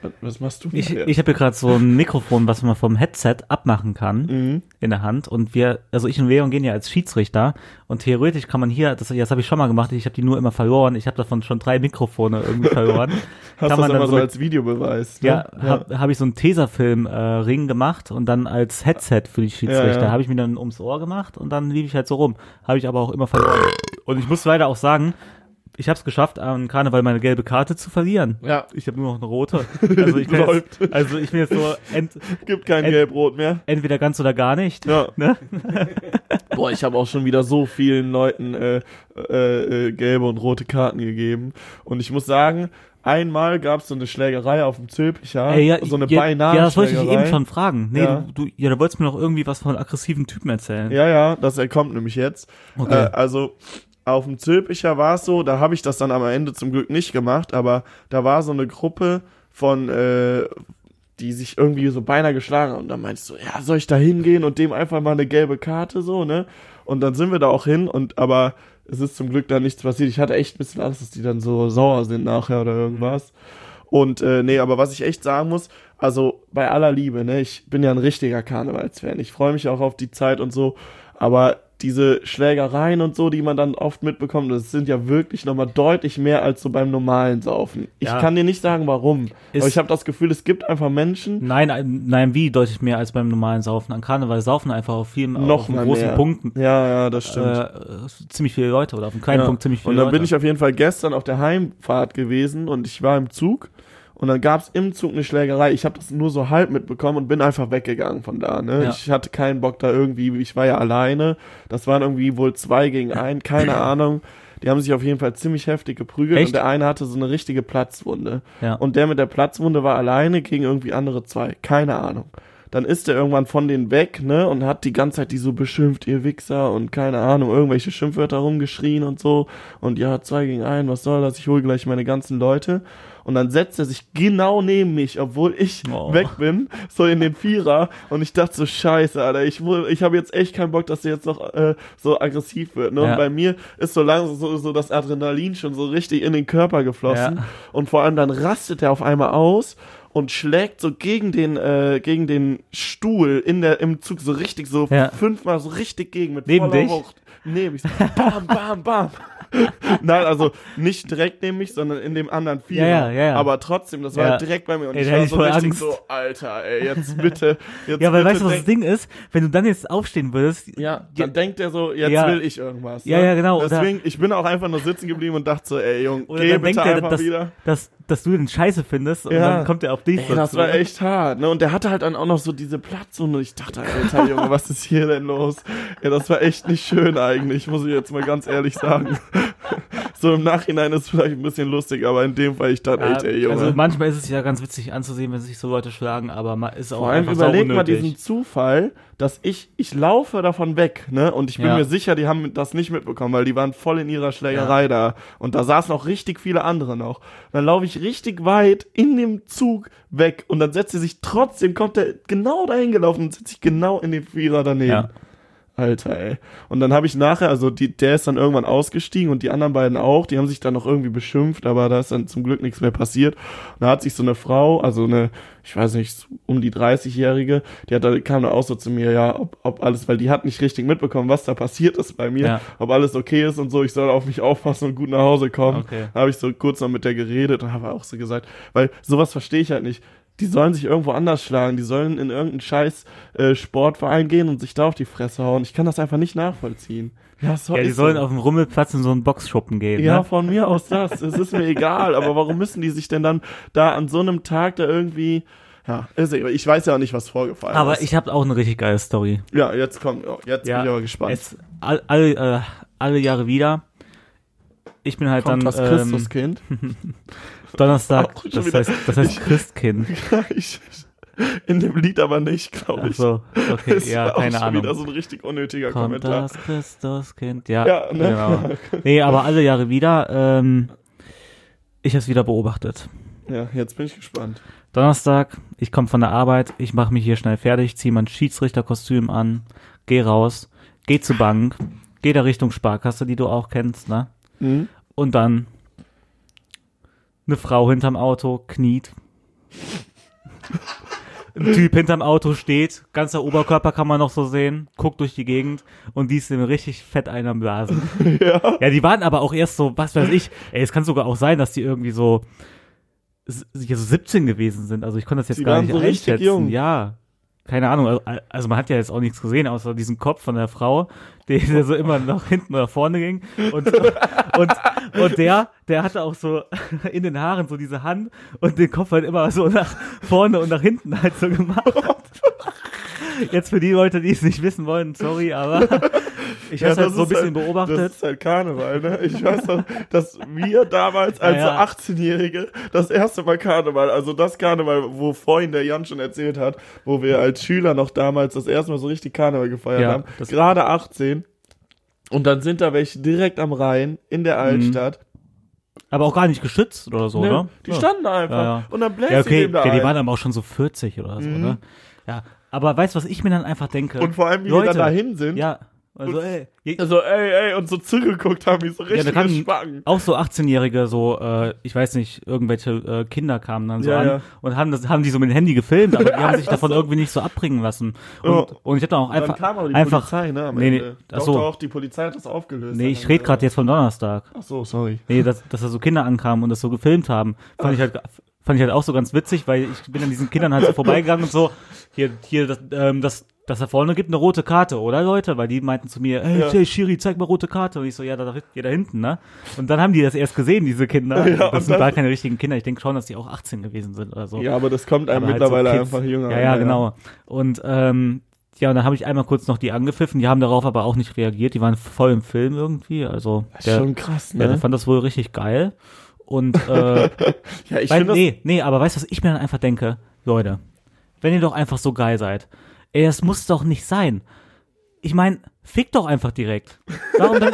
Speaker 3: Was- Was machst du
Speaker 2: Ich,
Speaker 3: denn?
Speaker 2: ich habe hier gerade so ein Mikrofon, was man vom Headset abmachen kann.
Speaker 3: Mhm.
Speaker 2: in der Hand und wir, also ich und Leon gehen ja als Schiedsrichter und theoretisch kann man hier, das, das habe ich schon mal gemacht, ich habe die nur immer verloren, ich habe davon schon drei Mikrofone irgendwie verloren.
Speaker 3: Hast
Speaker 2: kann
Speaker 3: das
Speaker 2: man dann
Speaker 3: immer so
Speaker 2: mit-
Speaker 3: als Videobeweis. Ne?
Speaker 2: ja, habe hab ich so einen Tesafilm-Ring gemacht und dann als Headset für die Schiedsrichter.
Speaker 3: Ja, ja.
Speaker 2: Habe ich mir dann ums Ohr gemacht und dann lief ich halt so rum. Habe ich aber auch immer verloren. Und ich muss leider auch sagen, ich habe es geschafft, an Karneval meine gelbe Karte zu verlieren.
Speaker 3: Ja.
Speaker 2: Ich habe nur noch eine rote. Also ich, bin jetzt,
Speaker 3: Läuft.
Speaker 2: also ich bin jetzt so ent,
Speaker 3: Gibt kein
Speaker 2: Ent-
Speaker 3: Gelb-Rot mehr.
Speaker 2: entweder ganz oder gar nicht.
Speaker 3: Ja.
Speaker 2: Ne?
Speaker 3: Boah, ich habe auch schon wieder so vielen Leuten äh, äh, äh, gelbe und rote Karten gegeben. Und ich muss sagen, einmal gab es so eine Schlägerei auf dem Zülpicher.
Speaker 2: Ey, ja,
Speaker 3: so eine
Speaker 2: ja,
Speaker 3: beinahe
Speaker 2: Ja, das wollte ich dich
Speaker 3: Schlägerei.
Speaker 2: eben schon fragen. Nee,
Speaker 3: Ja.
Speaker 2: du, du, ja, du wolltest mir noch irgendwie was von aggressiven Typen erzählen.
Speaker 3: Ja, ja, das äh, kommt nämlich jetzt.
Speaker 2: Okay.
Speaker 3: Äh, also auf dem Zülpicher war es so, da habe ich das dann am Ende zum Glück nicht gemacht, aber da war so eine Gruppe von, äh, die sich irgendwie so beinahe geschlagen haben. Und dann meinte ich so, ja, soll ich da hingehen und dem einfach mal eine gelbe Karte so, ne? Und dann sind wir da auch hin und aber es ist zum Glück da nichts passiert. Ich hatte echt ein bisschen Angst, dass die dann so sauer sind nachher oder irgendwas. Und äh, nee, aber was ich echt sagen muss, also bei aller Liebe, ne, ich bin ja ein richtiger Karnevalsfan. Ich freue mich auch auf die Zeit und so, aber diese Schlägereien und so, die man dann oft mitbekommt, das sind ja wirklich nochmal deutlich mehr als so beim normalen Saufen. Ich
Speaker 2: Ja.
Speaker 3: kann dir nicht sagen, warum,
Speaker 2: Ist-
Speaker 3: aber ich habe das Gefühl, es gibt einfach Menschen,
Speaker 2: Nein, äh, nein, wie deutlich mehr als beim normalen Saufen. An Karneval saufen einfach auf vielen, auf
Speaker 3: noch
Speaker 2: einem
Speaker 3: mal
Speaker 2: großen
Speaker 3: mehr.
Speaker 2: Punkten
Speaker 3: Ja, ja, das
Speaker 2: äh,
Speaker 3: stimmt.
Speaker 2: äh, ziemlich viele Leute oder auf einem kleinen
Speaker 3: Ja.
Speaker 2: Punkt ziemlich viele
Speaker 3: Und dann
Speaker 2: Leute.
Speaker 3: bin ich auf jeden Fall gestern auf der Heimfahrt gewesen und ich war im Zug Und dann gab's im Zug eine Schlägerei. Ich habe das nur so halb mitbekommen und bin einfach weggegangen von da. Ne?
Speaker 2: Ja.
Speaker 3: Ich hatte keinen Bock da irgendwie. Ich war ja alleine. Das waren irgendwie wohl zwei gegen einen, keine Ahnung. Die haben sich auf jeden Fall ziemlich heftig geprügelt
Speaker 2: Echt?
Speaker 3: und der eine hatte so eine richtige Platzwunde.
Speaker 2: Ja.
Speaker 3: Und der mit der Platzwunde war alleine gegen irgendwie andere zwei. Keine Ahnung. Dann ist er irgendwann von denen weg, ne, und hat die ganze Zeit die so beschimpft, ihr Wichser und keine Ahnung, irgendwelche Schimpfwörter rumgeschrien und so. Und ja, zwei gegen einen, was soll das? Ich hole gleich meine ganzen Leute. Und dann setzt er sich genau neben mich, obwohl ich
Speaker 2: Oh.
Speaker 3: weg bin, so in den Vierer. Und ich dachte so, scheiße, Alter, ich, wohl- ich habe jetzt echt keinen Bock, dass er jetzt noch äh, so aggressiv wird. Ne?
Speaker 2: Ja.
Speaker 3: Und bei mir ist so langsam so, so das Adrenalin schon so richtig in den Körper geflossen.
Speaker 2: Ja.
Speaker 3: Und vor allem dann rastet er auf einmal aus und schlägt so gegen den, äh, gegen den Stuhl in der, im Zug so richtig so
Speaker 2: Ja.
Speaker 3: fünfmal so richtig gegen mit
Speaker 2: Neben
Speaker 3: voller
Speaker 2: dich?
Speaker 3: Wucht. Neben mich. So, bam, bam, bam. Nein, also nicht direkt neben mich, sondern in dem anderen Vierer.
Speaker 2: Ja, ja, ja, ja.
Speaker 3: Aber trotzdem, das war
Speaker 2: Ja.
Speaker 3: halt direkt bei mir. Und
Speaker 2: Ey,
Speaker 3: ich
Speaker 2: da
Speaker 3: war
Speaker 2: hätte ich
Speaker 3: so
Speaker 2: voll
Speaker 3: richtig
Speaker 2: Angst.
Speaker 3: so, Alter, ey, jetzt bitte. Jetzt
Speaker 2: Ja, weil
Speaker 3: bitte
Speaker 2: weißt du, was das
Speaker 3: denk-
Speaker 2: Ding ist? Wenn du dann jetzt aufstehen würdest,
Speaker 3: Ja, dann denkt er so, jetzt
Speaker 2: Ja.
Speaker 3: will ich irgendwas.
Speaker 2: Ja,
Speaker 3: ne?
Speaker 2: ja, genau, oder-
Speaker 3: Deswegen, ich bin auch einfach nur sitzen geblieben und dachte so, ey, Junge,
Speaker 2: oder
Speaker 3: geh
Speaker 2: dann denkt
Speaker 3: bitte
Speaker 2: er,
Speaker 3: einfach
Speaker 2: dass,
Speaker 3: wieder.
Speaker 2: dass, dass du den Scheiße findest und
Speaker 3: Ja.
Speaker 2: dann kommt er auf dich.
Speaker 3: Ey, das
Speaker 2: dazu.
Speaker 3: war echt hart, ne? Und der hatte halt dann auch noch so diese Platz und ich dachte, Alter Junge, was ist hier denn los? Ja, das war echt nicht schön eigentlich, muss ich jetzt mal ganz ehrlich sagen. So im Nachhinein ist vielleicht ein bisschen lustig, aber in dem Fall, ich dachte,
Speaker 2: Ja,
Speaker 3: echt, ey Junge.
Speaker 2: also manchmal ist es ja ganz witzig anzusehen, wenn sich so Leute schlagen, aber ma- ist auch
Speaker 3: Vor allem
Speaker 2: einfach sau
Speaker 3: überleg mal
Speaker 2: unnötig.
Speaker 3: diesen Zufall, dass ich, ich laufe davon weg, ne? Und ich bin
Speaker 2: Ja.
Speaker 3: mir sicher, die haben das nicht mitbekommen, weil die waren voll in ihrer Schlägerei da. Und da saßen auch richtig viele andere noch. Dann laufe ich richtig weit in dem Zug weg und dann setzt sie sich trotzdem, kommt der genau dahin gelaufen und setzt sich genau in den Vierer daneben.
Speaker 2: Ja.
Speaker 3: Alter, ey. Und dann habe ich nachher, also die, der ist dann irgendwann ausgestiegen und die anderen beiden auch, die haben sich dann noch irgendwie beschimpft, aber da ist dann zum Glück nichts mehr passiert. Und da hat sich so eine Frau, also eine, ich weiß nicht, so um die 30-Jährige, die hat, da- kam dann auch so zu mir, ja, ob, ob alles, weil die hat nicht richtig mitbekommen, was da passiert ist bei mir,
Speaker 2: Ja.
Speaker 3: ob alles okay ist und so, ich soll auf mich aufpassen und gut nach Hause kommen.
Speaker 2: Okay.
Speaker 3: Da habe ich so kurz noch mit der geredet und habe auch so gesagt, weil sowas verstehe ich halt nicht. Die sollen sich irgendwo anders schlagen, die sollen in irgendeinen scheiß äh, Sportverein gehen und sich da auf die Fresse hauen. Ich kann das einfach nicht nachvollziehen. Ja, so
Speaker 2: ja, die
Speaker 3: ist
Speaker 2: sollen
Speaker 3: so.
Speaker 2: auf dem Rummelplatz in so einen Boxschuppen gehen.
Speaker 3: Ja,
Speaker 2: ne?
Speaker 3: von mir aus das. Es ist mir egal, aber warum müssen die sich denn dann da an so einem Tag da irgendwie. Ja, ist egal. ich weiß ja auch nicht, was vorgefallen ist.
Speaker 2: Aber ich habe auch eine richtig geile Story.
Speaker 3: Ja, jetzt kommt. oh, Jetzt bin ich aber gespannt.
Speaker 2: Es, all, alle, äh, alle Jahre wieder. Ich bin halt
Speaker 3: kommt
Speaker 2: dann
Speaker 3: das
Speaker 2: ähm,
Speaker 3: Christuskind.
Speaker 2: Donnerstag,
Speaker 3: Auch schon
Speaker 2: das
Speaker 3: wieder.
Speaker 2: heißt, das heißt Christkind.
Speaker 3: Ich- in dem Lied aber nicht, glaube ich.
Speaker 2: Also, okay,
Speaker 3: Das
Speaker 2: ja,
Speaker 3: war auch
Speaker 2: keine
Speaker 3: schon
Speaker 2: Ahnung.
Speaker 3: wieder so ein richtig unnötiger
Speaker 2: Kommt
Speaker 3: Kommentar.
Speaker 2: das Christuskind, ja,
Speaker 3: Ja, ne?
Speaker 2: genau. Nee, aber alle Jahre wieder, ähm, ich habe es wieder beobachtet.
Speaker 3: Ja, jetzt bin ich gespannt.
Speaker 2: Donnerstag, ich komme von der Arbeit, ich mache mich hier schnell fertig, ziehe mein Schiedsrichterkostüm an, geh raus, geh zur Bank, geh da Richtung Sparkasse, die du auch kennst, ne?
Speaker 3: Mhm.
Speaker 2: Und dann eine Frau hinterm Auto kniet. Ein Typ hinterm Auto steht, ganzer Oberkörper kann man noch so sehen, guckt durch die Gegend und die ist ihm richtig fett einer am Blasen.
Speaker 3: Ja.
Speaker 2: Ja, die waren aber auch erst so, was weiß ich, ey, es kann sogar auch sein, dass die irgendwie so, s- so 17 gewesen sind. Also ich konnte das jetzt
Speaker 3: Die
Speaker 2: gar
Speaker 3: waren
Speaker 2: nicht
Speaker 3: so richtig
Speaker 2: einschätzen.
Speaker 3: jung.
Speaker 2: Ja. Keine Ahnung, also, also man hat ja jetzt auch nichts gesehen, außer diesen Kopf von der Frau, der, der so immer nach hinten oder vorne ging. Und, und, und der, der hatte auch so in den Haaren so diese Hand und den Kopf halt immer so nach vorne und nach hinten halt so gemacht. Jetzt für die Leute, die es nicht wissen wollen, sorry, aber ich habe
Speaker 3: Ja,
Speaker 2: es halt so ein
Speaker 3: ist
Speaker 2: bisschen
Speaker 3: halt,
Speaker 2: beobachtet.
Speaker 3: Das ist halt Karneval, ne? Ich weiß noch, dass wir damals als
Speaker 2: Ja, ja.
Speaker 3: 18-Jährige das erste Mal Karneval, also das Karneval, wo vorhin der Jan schon erzählt hat, wo wir als Schüler noch damals das erste Mal so richtig Karneval gefeiert
Speaker 2: Ja,
Speaker 3: haben,
Speaker 2: das-
Speaker 3: gerade 18. Und dann sind da welche direkt am Rhein in
Speaker 2: Mhm.
Speaker 3: der Altstadt.
Speaker 2: Aber auch gar nicht geschützt oder so,
Speaker 3: Ne?
Speaker 2: oder?
Speaker 3: Die
Speaker 2: ja.
Speaker 3: standen da einfach.
Speaker 2: Ja, ja.
Speaker 3: Und dann bläst
Speaker 2: Ja,
Speaker 3: sie
Speaker 2: okay,
Speaker 3: dem da
Speaker 2: ja, die
Speaker 3: ein.
Speaker 2: waren aber auch schon so 40 oder so, ne? Ja, aber weißt du, was ich mir dann einfach denke?
Speaker 3: Und vor allem, wie
Speaker 2: Leute,
Speaker 3: die dann dahin sind.
Speaker 2: Ja, also ey, je-
Speaker 3: So, ey, ey, und so zugeguckt haben, wie so
Speaker 2: ja, da
Speaker 3: richtig
Speaker 2: kamen
Speaker 3: Spacken.
Speaker 2: auch so 18-Jährige, so, äh, ich weiß nicht, irgendwelche äh, Kinder kamen dann so
Speaker 3: Ja,
Speaker 2: an
Speaker 3: ja.
Speaker 2: und haben, das, haben die so mit dem Handy gefilmt, aber die haben sich davon irgendwie nicht so abbringen lassen. Und,
Speaker 3: Ja.
Speaker 2: und ich hab dann auch einfach,
Speaker 3: Dann kam aber die
Speaker 2: einfach
Speaker 3: Polizei, ne? Am
Speaker 2: nee, nee,
Speaker 3: Ende.
Speaker 2: ach so.
Speaker 3: Doch, doch, die Polizei hat das aufgelöst.
Speaker 2: nee, ich rede gerade jetzt vom Donnerstag.
Speaker 3: Ach so, sorry.
Speaker 2: Nee, dass, dass da so Kinder ankamen und das so gefilmt haben. Fand ich halt fand ich halt auch so ganz witzig, weil ich bin an diesen Kindern halt so vorbeigegangen und so, hier, hier, das, ähm, das dass da vorne gibt eine rote Karte, oder Leute? Weil die meinten zu mir, hey,
Speaker 3: Ja.
Speaker 2: hey Schiri, zeig mal rote Karte. Und ich so, ja, da, da- da hinten, ne? Und dann haben die das erst gesehen, diese Kinder. Also,
Speaker 3: Ja, und
Speaker 2: das sind
Speaker 3: dann-
Speaker 2: gar keine richtigen Kinder. Ich denke schon, dass die auch 18 gewesen sind oder so.
Speaker 3: Ja, aber das kommt einem
Speaker 2: Aber halt so
Speaker 3: mittlerweile
Speaker 2: Kids.
Speaker 3: einfach jünger.
Speaker 2: Ja, ja, genau. Und ähm, ja, und dann habe ich einmal kurz noch die angepfiffen, die haben darauf aber auch nicht reagiert, die waren voll im Film irgendwie. Also
Speaker 3: Das ist
Speaker 2: der,
Speaker 3: schon krass,
Speaker 2: ja, der
Speaker 3: ne?
Speaker 2: fand das wohl richtig geil. Und äh,
Speaker 3: Ja, ich
Speaker 2: weil,
Speaker 3: finde das.
Speaker 2: nee, nee, aber weißt du, was ich mir dann einfach denke? Leute, wenn ihr doch einfach so geil seid, ey, das muss doch nicht sein. Ich meine, fick doch einfach direkt. Warum dann,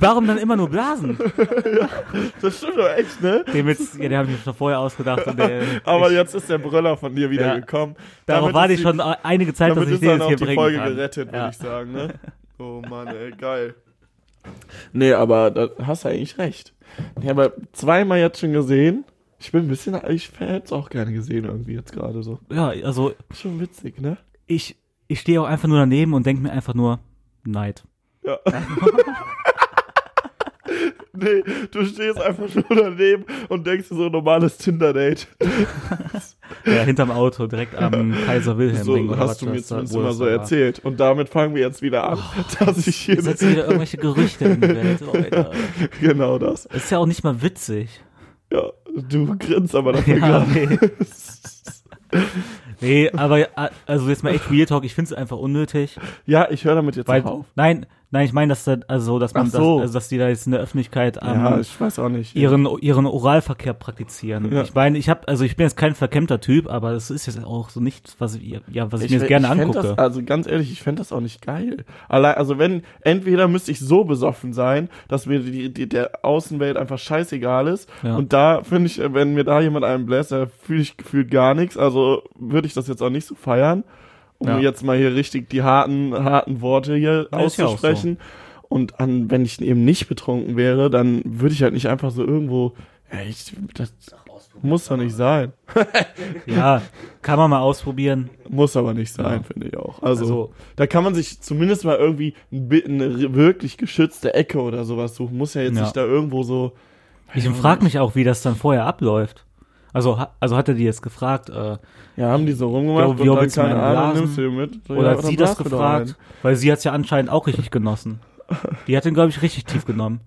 Speaker 2: warum dann immer nur blasen?
Speaker 3: Das stimmt doch echt, ne?
Speaker 2: Den Witz, ja, den habe ich mir schon vorher ausgedacht. Und der,
Speaker 3: Aber
Speaker 2: ich,
Speaker 3: jetzt ist der Brüller von dir wieder
Speaker 2: Ja.
Speaker 3: gekommen.
Speaker 2: darauf
Speaker 3: Damit
Speaker 2: warte
Speaker 3: ist
Speaker 2: ich
Speaker 3: die-
Speaker 2: schon einige Zeit, dass
Speaker 3: Damit
Speaker 2: ich
Speaker 3: ist
Speaker 2: den
Speaker 3: dann
Speaker 2: jetzt
Speaker 3: auch
Speaker 2: hier
Speaker 3: die
Speaker 2: bringen
Speaker 3: Folge
Speaker 2: kann.
Speaker 3: gerettet, würde
Speaker 2: Ja.
Speaker 3: ich sagen, ne? Oh Mann, ey, geil. Nee, aber da hast du eigentlich recht. Ich habe zweimal jetzt schon gesehen. Ich bin ein bisschen, ich hätte es auch gerne gesehen irgendwie jetzt gerade so.
Speaker 2: Ja, also
Speaker 3: Schon witzig, ne?
Speaker 2: ich, ich stehe auch einfach nur daneben und denke mir einfach nur, Neid.
Speaker 3: Ja. nee, du stehst einfach nur daneben und denkst dir so ein normales Tinder-Date.
Speaker 2: Ja, hinterm Auto, direkt am Kaiser Wilhelm Ring.
Speaker 3: So
Speaker 2: oder was
Speaker 3: hast du mir
Speaker 2: das da-
Speaker 3: zumindest
Speaker 2: wo
Speaker 3: immer
Speaker 2: das
Speaker 3: so
Speaker 2: da war.
Speaker 3: erzählt. Und damit fangen wir jetzt wieder an, dass ich hier...
Speaker 2: Setzen wieder irgendwelche Gerüchte in die Welt, Leute.
Speaker 3: genau das.
Speaker 2: Das ist ja auch nicht mal witzig.
Speaker 3: Ja, du grinst aber dafür
Speaker 2: Ja,
Speaker 3: gerade.
Speaker 2: nee. nee, aber a- also jetzt mal echt Real Talk, ich finde es einfach unnötig.
Speaker 3: Ja, ich höre damit jetzt
Speaker 2: Weil,
Speaker 3: auch auf.
Speaker 2: nein, nein, ich meine, dass da, also dass man
Speaker 3: Ach so.
Speaker 2: das, also dass die da jetzt in der Öffentlichkeit am
Speaker 3: Ja, ich weiß auch nicht.
Speaker 2: ihren, ihren Oralverkehr praktizieren.
Speaker 3: Ja.
Speaker 2: Ich meine, ich habe, also ich bin jetzt kein verkämmter Typ, aber das ist jetzt auch so nichts, was ich, ja, was ich, mir
Speaker 3: fänd-
Speaker 2: jetzt gerne
Speaker 3: fänd
Speaker 2: angucke.
Speaker 3: Das, also ganz ehrlich, ich fände das auch nicht geil. Allein, also wenn, entweder müsste ich so besoffen sein, dass mir die, die, der Außenwelt einfach scheißegal ist.
Speaker 2: Ja.
Speaker 3: Und da finde ich, wenn mir da jemand einen bläst, da fühle ich gefühlt gar nichts. Also würde ich das jetzt auch nicht so feiern, um
Speaker 2: Ja.
Speaker 3: jetzt mal hier richtig die harten, harten Worte hier
Speaker 2: Ja, ist ja auch
Speaker 3: auszusprechen. Und an, wenn ich eben nicht betrunken wäre, dann würde ich halt nicht einfach so irgendwo. Ja, ich, das muss doch nicht sein.
Speaker 2: ja, kann man mal ausprobieren.
Speaker 3: Muss aber nicht sein,
Speaker 2: Ja.
Speaker 3: finde ich auch. Also,
Speaker 2: Also-
Speaker 3: da kann man sich zumindest mal irgendwie ein bi- eine wirklich geschützte Ecke oder sowas suchen. Muss ja jetzt
Speaker 2: Ja.
Speaker 3: nicht da irgendwo so.
Speaker 2: Ich frage mich auch, wie das dann vorher abläuft. Also, ha- also hat er die jetzt gefragt, äh,
Speaker 3: Ja, haben die so rumgemacht
Speaker 2: Jo, wie
Speaker 3: und dann
Speaker 2: willst du
Speaker 3: keine
Speaker 2: meinen
Speaker 3: Ahnung,
Speaker 2: Blasen?
Speaker 3: nimmst du die mit. So,
Speaker 2: Oder
Speaker 3: ja,
Speaker 2: hat
Speaker 3: dann
Speaker 2: sie das
Speaker 3: blasen wir doch
Speaker 2: gefragt?
Speaker 3: einen.
Speaker 2: Weil sie hat es ja anscheinend auch richtig genossen. Die hat den, glaube ich, richtig tief genommen.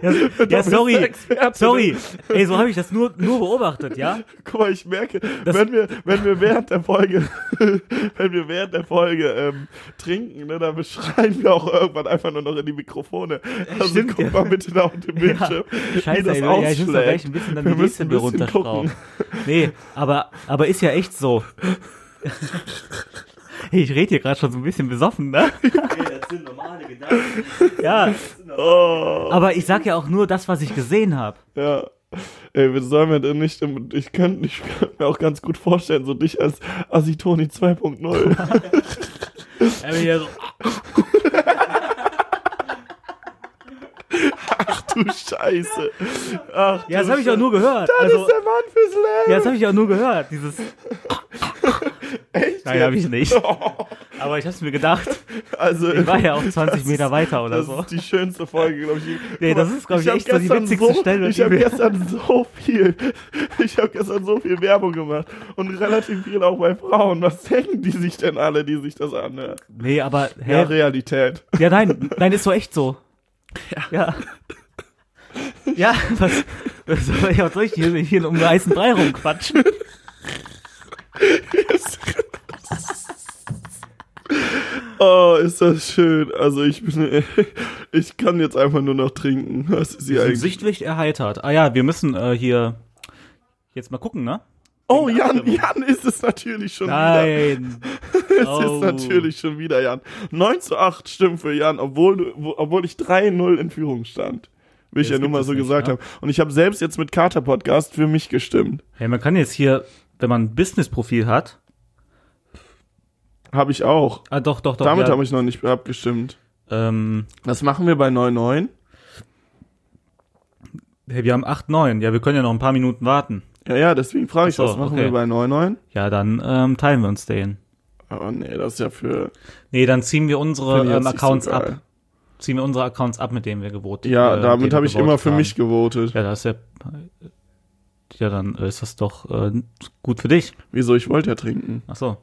Speaker 2: ja, s- ja,
Speaker 3: bist du
Speaker 2: sorry.
Speaker 3: Experte.
Speaker 2: Sorry. Ey, so habe ich das nur, nur beobachtet, ja?
Speaker 3: Guck mal, ich merke, wenn wir, wenn wir während der Folge, wenn wir während der Folge ähm, trinken, ne, dann beschreien wir auch irgendwann einfach nur noch in die Mikrofone. Also
Speaker 2: stimmt,
Speaker 3: guck
Speaker 2: ja.
Speaker 3: mal bitte da auf den Bildschirm. wie
Speaker 2: Scheiße,
Speaker 3: das
Speaker 2: ey, ja, ich muss da gleich
Speaker 3: ausschlägt.
Speaker 2: ein bisschen dann
Speaker 3: Wir
Speaker 2: die
Speaker 3: müssen ein
Speaker 2: Nächstenbier
Speaker 3: bisschen gucken.
Speaker 2: runterschrauben. Nee, aber, aber ist ja echt so. Hey, ich rede hier gerade schon so ein bisschen besoffen, ne?
Speaker 4: das sind normale Gedanken.
Speaker 2: Ja,
Speaker 3: Oh.
Speaker 2: aber ich sag ja auch nur das, was ich gesehen habe.
Speaker 3: Ja. Ey, wir sollen mir denn nicht, im- ich könnte ich könnt mir auch ganz gut vorstellen, so dich als Asitoni 2.0.
Speaker 2: Einfach hier so,
Speaker 3: du Scheiße. Ach,
Speaker 2: Ja, das
Speaker 3: du
Speaker 2: habe ich auch
Speaker 3: Scheiße.
Speaker 2: nur gehört.
Speaker 3: Das
Speaker 2: Also,
Speaker 3: ist der Mann fürs Leben.
Speaker 2: ja, das habe ich auch nur gehört. Dieses.
Speaker 3: Echt?
Speaker 2: Nein, habe ich nicht.
Speaker 3: Oh,
Speaker 2: Aber ich habe es mir gedacht.
Speaker 3: also,
Speaker 2: Ich war ja auch 20 Meter weiter oder
Speaker 3: das
Speaker 2: so.
Speaker 3: ist die schönste Folge, glaube ich. Guck
Speaker 2: Nee,
Speaker 3: mal,
Speaker 2: das ist, glaub ich,
Speaker 3: hab
Speaker 2: echt so die
Speaker 3: gestern
Speaker 2: witzigste Stelle,
Speaker 3: Ich
Speaker 2: die
Speaker 3: habe
Speaker 2: wir-
Speaker 3: gestern so viel, ich habe gestern so viel Werbung gemacht und relativ viel auch bei Frauen. Was denken die sich denn alle, die sich das anhören?
Speaker 2: Nee, aber,
Speaker 3: Ja,
Speaker 2: hä?
Speaker 3: Realität.
Speaker 2: Ja, nein, nein, ist so echt so. Ja. Ja, was, was soll ich, was soll ich hier, hier um den heißen Brei rumquatschen?
Speaker 3: Oh, ist das schön. Also ich bin, ich kann jetzt einfach nur noch trinken. Was ist hier eigentlich?
Speaker 2: Sichtlicht erheitert. Ah ja, wir müssen äh, hier jetzt mal gucken, ne?
Speaker 3: Oh, Jan, Jan ist es natürlich schon
Speaker 2: Nein.
Speaker 3: wieder. Es
Speaker 2: oh.
Speaker 3: ist natürlich schon wieder Jan. 9 zu 8 Stimmen für Jan, obwohl, du- wo- obwohl ich 3-0 in Führung stand. Wie ich
Speaker 2: Ja, das
Speaker 3: ja, nur
Speaker 2: gibt
Speaker 3: mal
Speaker 2: es
Speaker 3: so
Speaker 2: nicht,
Speaker 3: gesagt
Speaker 2: ne?
Speaker 3: habe. Und ich habe selbst jetzt mit Kater Podcast für mich gestimmt.
Speaker 2: Hey, man kann jetzt hier, wenn man ein Business-Profil hat,
Speaker 3: Habe ich auch.
Speaker 2: ah doch, doch, doch.
Speaker 3: Damit
Speaker 2: ja,
Speaker 3: habe ich noch nicht abgestimmt.
Speaker 2: Ähm,
Speaker 3: Was machen wir bei 9-9?
Speaker 2: hey, wir haben 8,9. Ja, wir können ja noch ein paar Minuten warten.
Speaker 3: Ja, ja, deswegen frage ich,
Speaker 2: Ach so,
Speaker 3: was machen
Speaker 2: okay.
Speaker 3: wir bei 9-9?
Speaker 2: Ja, dann ähm, teilen wir uns den.
Speaker 3: Oh nee, das ist ja für,
Speaker 2: Nee, dann ziehen wir
Speaker 3: für
Speaker 2: unsere
Speaker 3: die jetzt
Speaker 2: ähm,
Speaker 3: nicht so
Speaker 2: Accounts
Speaker 3: geil.
Speaker 2: ab. Ziehen wir unsere Accounts ab, mit denen wir gewotet äh,
Speaker 3: Ja,
Speaker 2: denen
Speaker 3: damit
Speaker 2: wir
Speaker 3: habe ich immer
Speaker 2: gewotet
Speaker 3: für
Speaker 2: haben.
Speaker 3: mich gewotet.
Speaker 2: Ja, das ist ja. Ja, dann äh, ist das doch äh, gut für dich.
Speaker 3: Wieso? Ich wollte ja trinken.
Speaker 2: Ach so.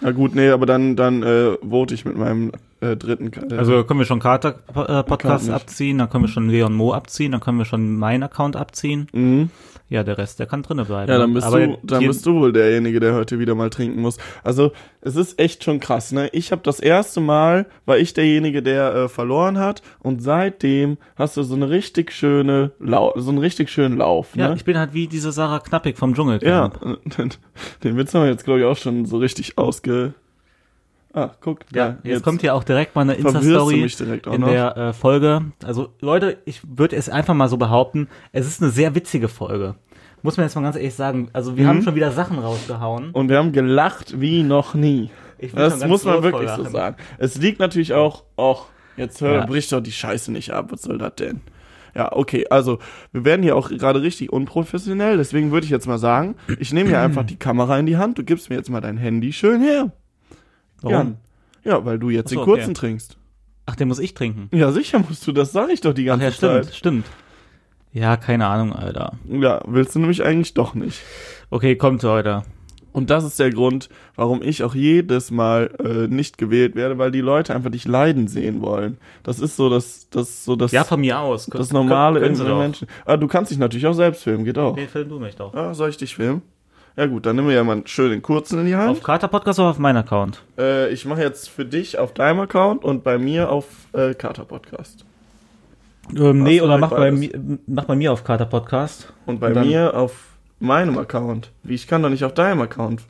Speaker 3: Na gut, nee, aber dann, dann äh, vote ich mit meinem äh, dritten. Ka- Äh,
Speaker 2: Also können wir schon Kater-Podcast
Speaker 3: Kann nicht.
Speaker 2: abziehen, dann können wir schon Leon Mo abziehen, dann können wir schon meinen Account abziehen.
Speaker 3: mhm.
Speaker 2: Ja, der Rest, der kann drinnen bleiben. ne?
Speaker 3: Ja, dann bist,
Speaker 2: Aber
Speaker 3: du, dann
Speaker 2: hier-
Speaker 3: bist du wohl derjenige, der heute wieder mal trinken muss. Also, es ist echt schon krass, ne? Ich habe das erste Mal, war ich derjenige, der äh, verloren hat und seitdem hast du so eine richtig schöne Lau so einen richtig schönen Lauf,
Speaker 2: Ja,
Speaker 3: ne?
Speaker 2: ich bin halt wie diese Sarah Knappig vom
Speaker 3: ja,
Speaker 2: Dschungelcamp.
Speaker 3: den, den Witz haben wir jetzt glaube ich auch schon so richtig ausge Ah, guck, da,
Speaker 2: jetzt, kommt hier auch direkt meine
Speaker 3: verwirrst du
Speaker 2: Insta-Story
Speaker 3: mich direkt auch
Speaker 2: in
Speaker 3: noch.
Speaker 2: der äh, Folge. Also Leute, ich würde es einfach mal so behaupten, es ist eine sehr witzige Folge. Muss man jetzt mal ganz ehrlich sagen. Also wir haben schon wieder Sachen rausgehauen.
Speaker 3: Mhm. und wir haben gelacht wie noch nie.
Speaker 2: Ich bin schon
Speaker 3: Das
Speaker 2: ganz
Speaker 3: muss man
Speaker 2: rot vor
Speaker 3: wirklich so
Speaker 2: Lachen.
Speaker 3: sagen. Es liegt natürlich auch, auch jetzt hör,
Speaker 2: Ja.
Speaker 3: bricht doch die Scheiße nicht ab, was soll das denn? Ja, okay, also wir werden hier auch gerade richtig unprofessionell, deswegen würde ich jetzt mal sagen, ich nehme hier einfach die Kamera in die Hand, du gibst mir jetzt mal dein Handy schön her.
Speaker 2: Warum?
Speaker 3: Jan. Ja, weil du jetzt
Speaker 2: Ach so,
Speaker 3: den kurzen
Speaker 2: okay.
Speaker 3: trinkst.
Speaker 2: Ach, den muss ich trinken.
Speaker 3: Ja, sicher musst du, das sage ich doch die
Speaker 2: Ach
Speaker 3: ganze
Speaker 2: ja, stimmt,
Speaker 3: Zeit.
Speaker 2: stimmt. Ja, keine Ahnung, Alter.
Speaker 3: Ja, willst du nämlich eigentlich doch nicht.
Speaker 2: Okay, kommt, Leute.
Speaker 3: Und das ist der Grund, warum ich auch jedes Mal äh, nicht gewählt werde, weil die Leute einfach dich leiden sehen wollen. Das ist so das, das so das.
Speaker 2: Ja, von mir aus. Kön-
Speaker 3: Das normale
Speaker 2: können
Speaker 3: in
Speaker 2: Sie
Speaker 3: den
Speaker 2: doch.
Speaker 3: Menschen. Ah, du kannst dich natürlich auch selbst filmen, geht auch.
Speaker 2: Den Film du mich doch.
Speaker 3: Ah, soll ich dich filmen? Ja gut, dann nehmen wir ja mal schön den kurzen in die
Speaker 2: Auf
Speaker 3: Hand.
Speaker 2: Kater Podcast oder auf meinen Account?
Speaker 3: Äh, ich mache jetzt für dich auf deinem Account und bei mir auf äh, Kater Podcast.
Speaker 2: Ähm, nee,
Speaker 3: Hast du
Speaker 2: oder
Speaker 3: halt
Speaker 2: mach bei,
Speaker 3: beides.
Speaker 2: mi- mach bei mir auf Kater Podcast.
Speaker 3: Und bei
Speaker 2: Und dann-
Speaker 3: mir auf meinem Account. Wie, ich kann doch nicht auf deinem Account.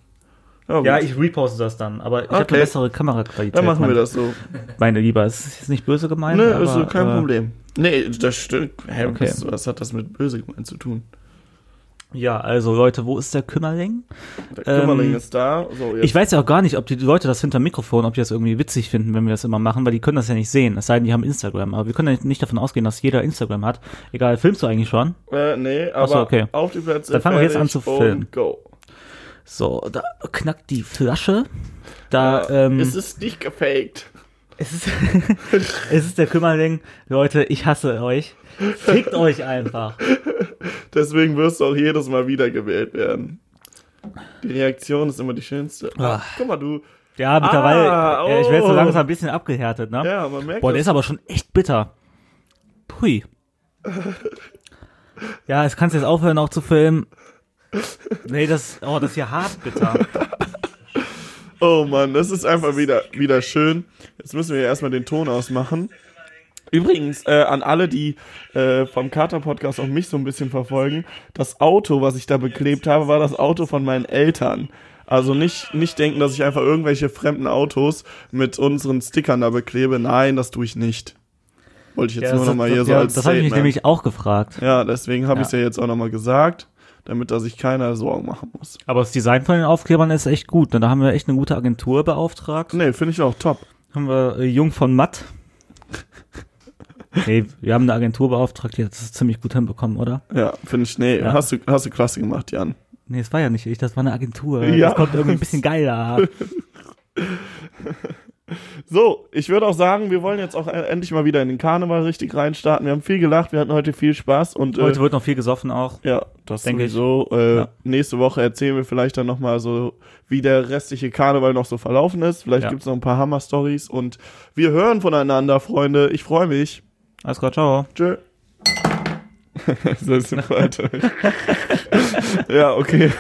Speaker 2: Ja,
Speaker 3: gut.
Speaker 2: ich reposte das dann, aber ich habe
Speaker 3: Okay.
Speaker 2: eine bessere Kameraqualität.
Speaker 3: Dann machen wir
Speaker 2: mein-
Speaker 3: das so.
Speaker 2: Meine Lieber, es ist jetzt nicht böse gemeint.
Speaker 3: Nö,
Speaker 2: aber,
Speaker 3: ist so kein
Speaker 2: äh,
Speaker 3: Problem. Nee, das stimmt. Hä,
Speaker 2: Okay.
Speaker 3: was, was hat das mit böse gemeint zu tun?
Speaker 2: Ja, also Leute, wo ist der Kümmerling?
Speaker 3: Der
Speaker 2: Ähm,
Speaker 3: Kümmerling ist da. So, jetzt.
Speaker 2: Ich weiß ja auch gar nicht, ob die Leute das hinter Mikrofon, ob die das irgendwie witzig finden, wenn wir das immer machen, weil die können das ja nicht sehen. Es sei denn, die haben Instagram. Aber wir können ja nicht davon ausgehen, dass jeder Instagram hat. Egal, filmst du eigentlich schon?
Speaker 3: Äh, nee, aber
Speaker 2: so, okay.
Speaker 3: auf die Plätze.
Speaker 2: Dann fangen wir jetzt an zu
Speaker 3: fertig und
Speaker 2: filmen.
Speaker 3: Go.
Speaker 2: So, da knackt die Flasche. Da, ähm,
Speaker 3: es ist nicht gefaked.
Speaker 2: Es ist, es ist der Kümmerling. Leute, ich hasse euch. Fickt euch einfach.
Speaker 3: Deswegen wirst du auch jedes Mal wiedergewählt werden. Die Reaktion ist immer die schönste.
Speaker 2: Ah.
Speaker 3: Guck mal, du.
Speaker 2: Ja, mittlerweile,
Speaker 3: Ah,
Speaker 2: ja, ich werde so
Speaker 3: oh.
Speaker 2: langsam ein bisschen abgehärtet, ne?
Speaker 3: Ja, man merkt.
Speaker 2: Boah, der
Speaker 3: das.
Speaker 2: ist aber schon echt bitter. Pui. Ja, jetzt kannst du jetzt aufhören auch zu filmen. Nee, das, oh, das ist ja hart bitter.
Speaker 3: oh Mann, das ist einfach wieder, wieder schön. Jetzt müssen wir erstmal den Ton ausmachen. Übrigens, äh, an alle, die äh, vom Kater-Podcast auch mich so ein bisschen verfolgen, das Auto, was ich da beklebt habe, war das Auto von meinen Eltern. Also nicht, nicht denken, dass ich einfach irgendwelche fremden Autos mit unseren Stickern da beklebe. Nein, das tue ich nicht. Wollte ich jetzt nur nochmal hier so
Speaker 2: ja,
Speaker 3: als
Speaker 2: das habe ich mich
Speaker 3: Statement.
Speaker 2: nämlich auch gefragt.
Speaker 3: Ja, deswegen habe
Speaker 2: Ja.
Speaker 3: ich's ja jetzt auch nochmal gesagt, damit da sich keiner Sorgen machen muss.
Speaker 2: Aber das Design von den Aufklebern ist echt gut. ne? Da haben wir echt eine gute Agentur beauftragt.
Speaker 3: Nee, finde ich auch top.
Speaker 2: haben wir äh, Jung von Matt. Nee, wir haben eine Agentur beauftragt, die hat das ziemlich gut hinbekommen, oder?
Speaker 3: Ja, finde ich, nee,
Speaker 2: Ja.
Speaker 3: hast, du, hast du klasse gemacht, Jan.
Speaker 2: Nee, es war ja nicht ich, das war eine Agentur.
Speaker 3: Ja.
Speaker 2: Das kommt irgendwie ein bisschen geiler.
Speaker 3: So, ich würde auch sagen, wir wollen jetzt auch e- endlich mal wieder in den Karneval richtig reinstarten. Wir haben viel gelacht, wir hatten heute viel Spaß und
Speaker 2: Heute
Speaker 3: äh,
Speaker 2: wird noch viel gesoffen auch.
Speaker 3: ja, das
Speaker 2: Denke ich.
Speaker 3: sowieso. Äh,
Speaker 2: Ja.
Speaker 3: Nächste Woche erzählen wir vielleicht dann nochmal so, wie der restliche Karneval noch so verlaufen ist. Vielleicht
Speaker 2: Ja.
Speaker 3: gibt's noch ein paar Hammer-Stories und wir hören voneinander, Freunde. Ich freue mich.
Speaker 2: Alles klar, ciao.
Speaker 3: Tschö. Setz ihn weiter. ja, okay.